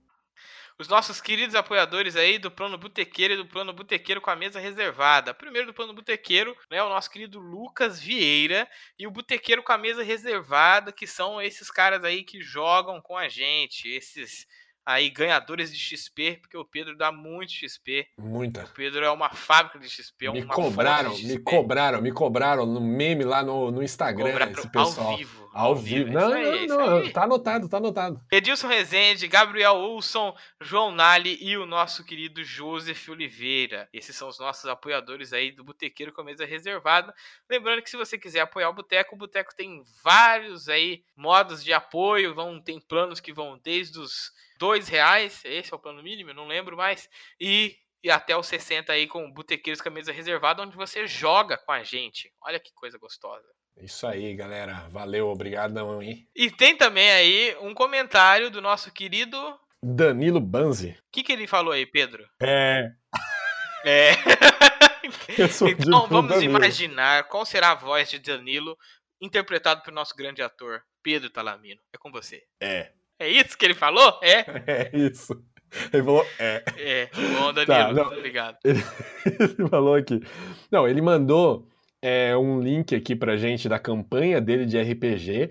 Speaker 15: Os nossos queridos apoiadores aí do Plano Botequeiro e do Plano Botequeiro com a mesa reservada. Primeiro do Plano Botequeiro, né, o nosso querido Lucas Vieira e o Botequeiro com a mesa reservada, que são esses caras aí que jogam com a gente, esses aí ganhadores de XP, porque o Pedro dá muito XP.
Speaker 4: Muita.
Speaker 15: O Pedro é uma fábrica de XP, é
Speaker 4: Me
Speaker 15: uma
Speaker 4: cobraram,
Speaker 15: fonte de
Speaker 4: me
Speaker 15: XP.
Speaker 4: cobraram, me cobraram no meme lá no, no Instagram,
Speaker 15: Cobraram
Speaker 4: esse
Speaker 15: ao
Speaker 4: pessoal.
Speaker 15: vivo,
Speaker 4: Ao vivo.
Speaker 15: vivo, é
Speaker 4: Não,
Speaker 15: isso aí,
Speaker 4: não, não, Tá anotado, tá anotado.
Speaker 15: Edilson Rezende, Gabriel Olson, João Nali e o nosso querido Joseph Oliveira. Esses são os nossos apoiadores aí do Botequeiro com a mesa reservada. Lembrando que se você quiser apoiar o Boteco, o Boteco tem vários aí modos de apoio, vão, tem planos que vão desde os dois reais, esse é o plano mínimo, eu não lembro mais, e, e até os 60 aí com Botequeiros com a mesa reservada, onde você joga com a gente. Olha que coisa gostosa.
Speaker 4: Isso aí, galera. Valeu, obrigadão, hein?
Speaker 15: E tem também aí um comentário do nosso querido
Speaker 4: Danilo Banzi.
Speaker 15: O que, que ele falou aí, Pedro?
Speaker 4: É.
Speaker 15: É.
Speaker 4: Eu sou o
Speaker 15: então
Speaker 4: Danilo
Speaker 15: vamos
Speaker 4: Danilo.
Speaker 15: imaginar qual será a voz de Danilo interpretado pelo nosso grande ator, Pedro Talamino. É com você.
Speaker 4: É.
Speaker 15: É isso que ele falou? É?
Speaker 4: É isso. Ele falou, é.
Speaker 15: É. Bom, Danilo,
Speaker 4: Tá, não.
Speaker 15: muito obrigado.
Speaker 4: Ele, ele falou aqui. Não, ele mandou é, um link aqui pra gente da campanha dele de RPG.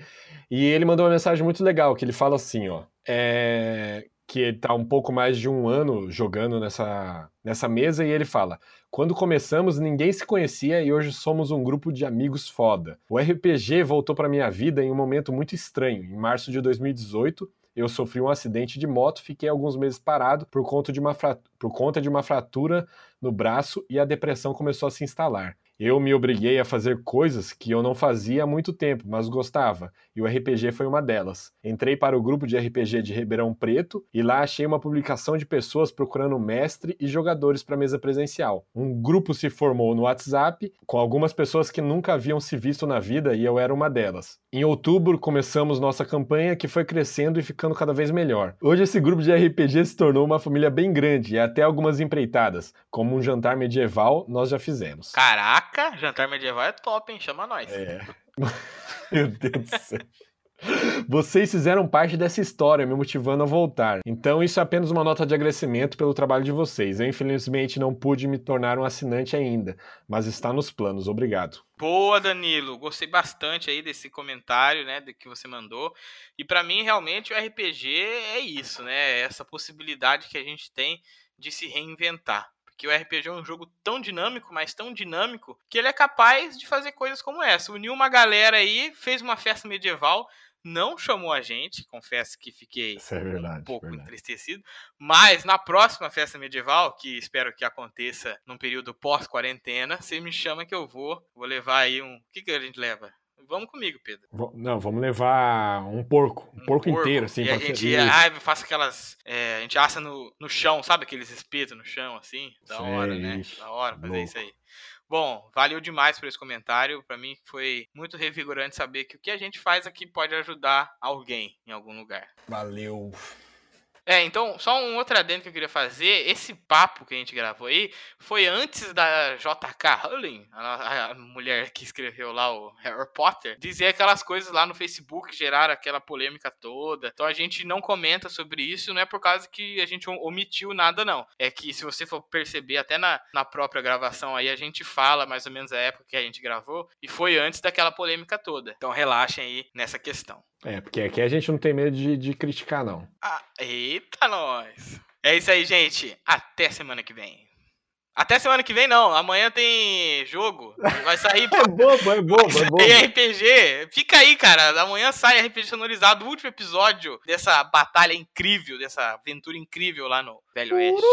Speaker 4: E ele mandou uma mensagem muito legal, que ele fala assim, ó. é, que ele tá um pouco mais de um ano jogando nessa, nessa mesa e ele fala: Quando começamos, ninguém se conhecia e hoje somos um grupo de amigos foda. O RPG voltou pra minha vida em um momento muito estranho. Em março de 2018, eu sofri um acidente de moto, fiquei alguns meses parado por conta de uma, fra- por conta de uma fratura no braço e a depressão começou a se instalar. Eu me obriguei a fazer coisas que eu não fazia há muito tempo, mas gostava, e o RPG foi um- uma delas. Entrei para o grupo de RPG de Ribeirão Preto e lá achei uma publicação de pessoas procurando mestre e jogadores para mesa presencial. Um grupo se formou no WhatsApp com algumas pessoas que nunca haviam se visto na vida e eu era uma delas. Em outubro começamos nossa campanha que foi crescendo e ficando cada vez melhor. Hoje esse grupo de RPG se tornou uma família bem grande e até algumas empreitadas, como um jantar medieval nós já fizemos.
Speaker 15: Caraca, jantar medieval é top, hein? Chama nós.
Speaker 4: É. Meu Deus do céu. Vocês fizeram parte dessa história, me motivando a voltar. Então, isso é apenas uma nota de agradecimento pelo trabalho de vocês. Eu, infelizmente, não pude me tornar um assinante ainda, mas está nos planos. Obrigado.
Speaker 15: Boa, Danilo. Gostei bastante aí desse comentário, né, do que você mandou. E pra mim, realmente, o RPG é isso, né? É Essa possibilidade que a gente tem de se reinventar. Porque o RPG é um jogo tão dinâmico, mas tão dinâmico, que ele é capaz de fazer coisas como essa. Uniu uma galera aí, fez uma festa medieval, não chamou a gente, confesso que fiquei
Speaker 4: é verdade,
Speaker 15: um pouco entristecido, mas na próxima festa medieval, que espero que aconteça num período pós-quarentena, você me chama que eu vou, vou levar aí um... O que, que a gente leva? Vamos comigo, Pedro.
Speaker 4: V- não, vamos levar um porco. Um, porco, inteiro, assim,
Speaker 15: E
Speaker 4: pra
Speaker 15: a gente
Speaker 4: servir.
Speaker 15: ai, faz aquelas. é, a gente assa no, no chão, sabe aqueles espetos no chão, assim? Da
Speaker 4: Sei,
Speaker 15: hora, né?
Speaker 4: ixi,
Speaker 15: Da hora fazer
Speaker 4: louco.
Speaker 15: isso aí. Bom, valeu demais por esse comentário. Pra mim foi muito revigorante saber que o que a gente faz aqui pode ajudar alguém em algum lugar.
Speaker 4: Valeu.
Speaker 15: É, então, só um outro adendo que eu queria fazer. Esse papo que a gente gravou aí foi antes da J.K. Rowling, a, no- a mulher que escreveu lá o Harry Potter, dizer aquelas coisas lá no Facebook, gerar aquela polêmica toda. Então a gente não comenta sobre isso, não é por causa que a gente omitiu nada, não. É que se você for perceber, até na, na própria gravação aí, a gente fala mais ou menos a época que a gente gravou, e foi antes daquela polêmica toda. Então relaxem aí nessa questão.
Speaker 17: É, porque aqui a gente não tem medo de, de criticar, não.
Speaker 15: Ah, Eita, nós! É isso aí, gente. Até semana que vem. Até semana que vem, não. Amanhã tem jogo. Vai sair.
Speaker 17: É bobo, é bobo, é bobo.
Speaker 15: Tem RPG. Fica aí, cara. Amanhã sai RPG sonorizado, o último episódio dessa batalha incrível, dessa aventura incrível lá no Velho Oeste.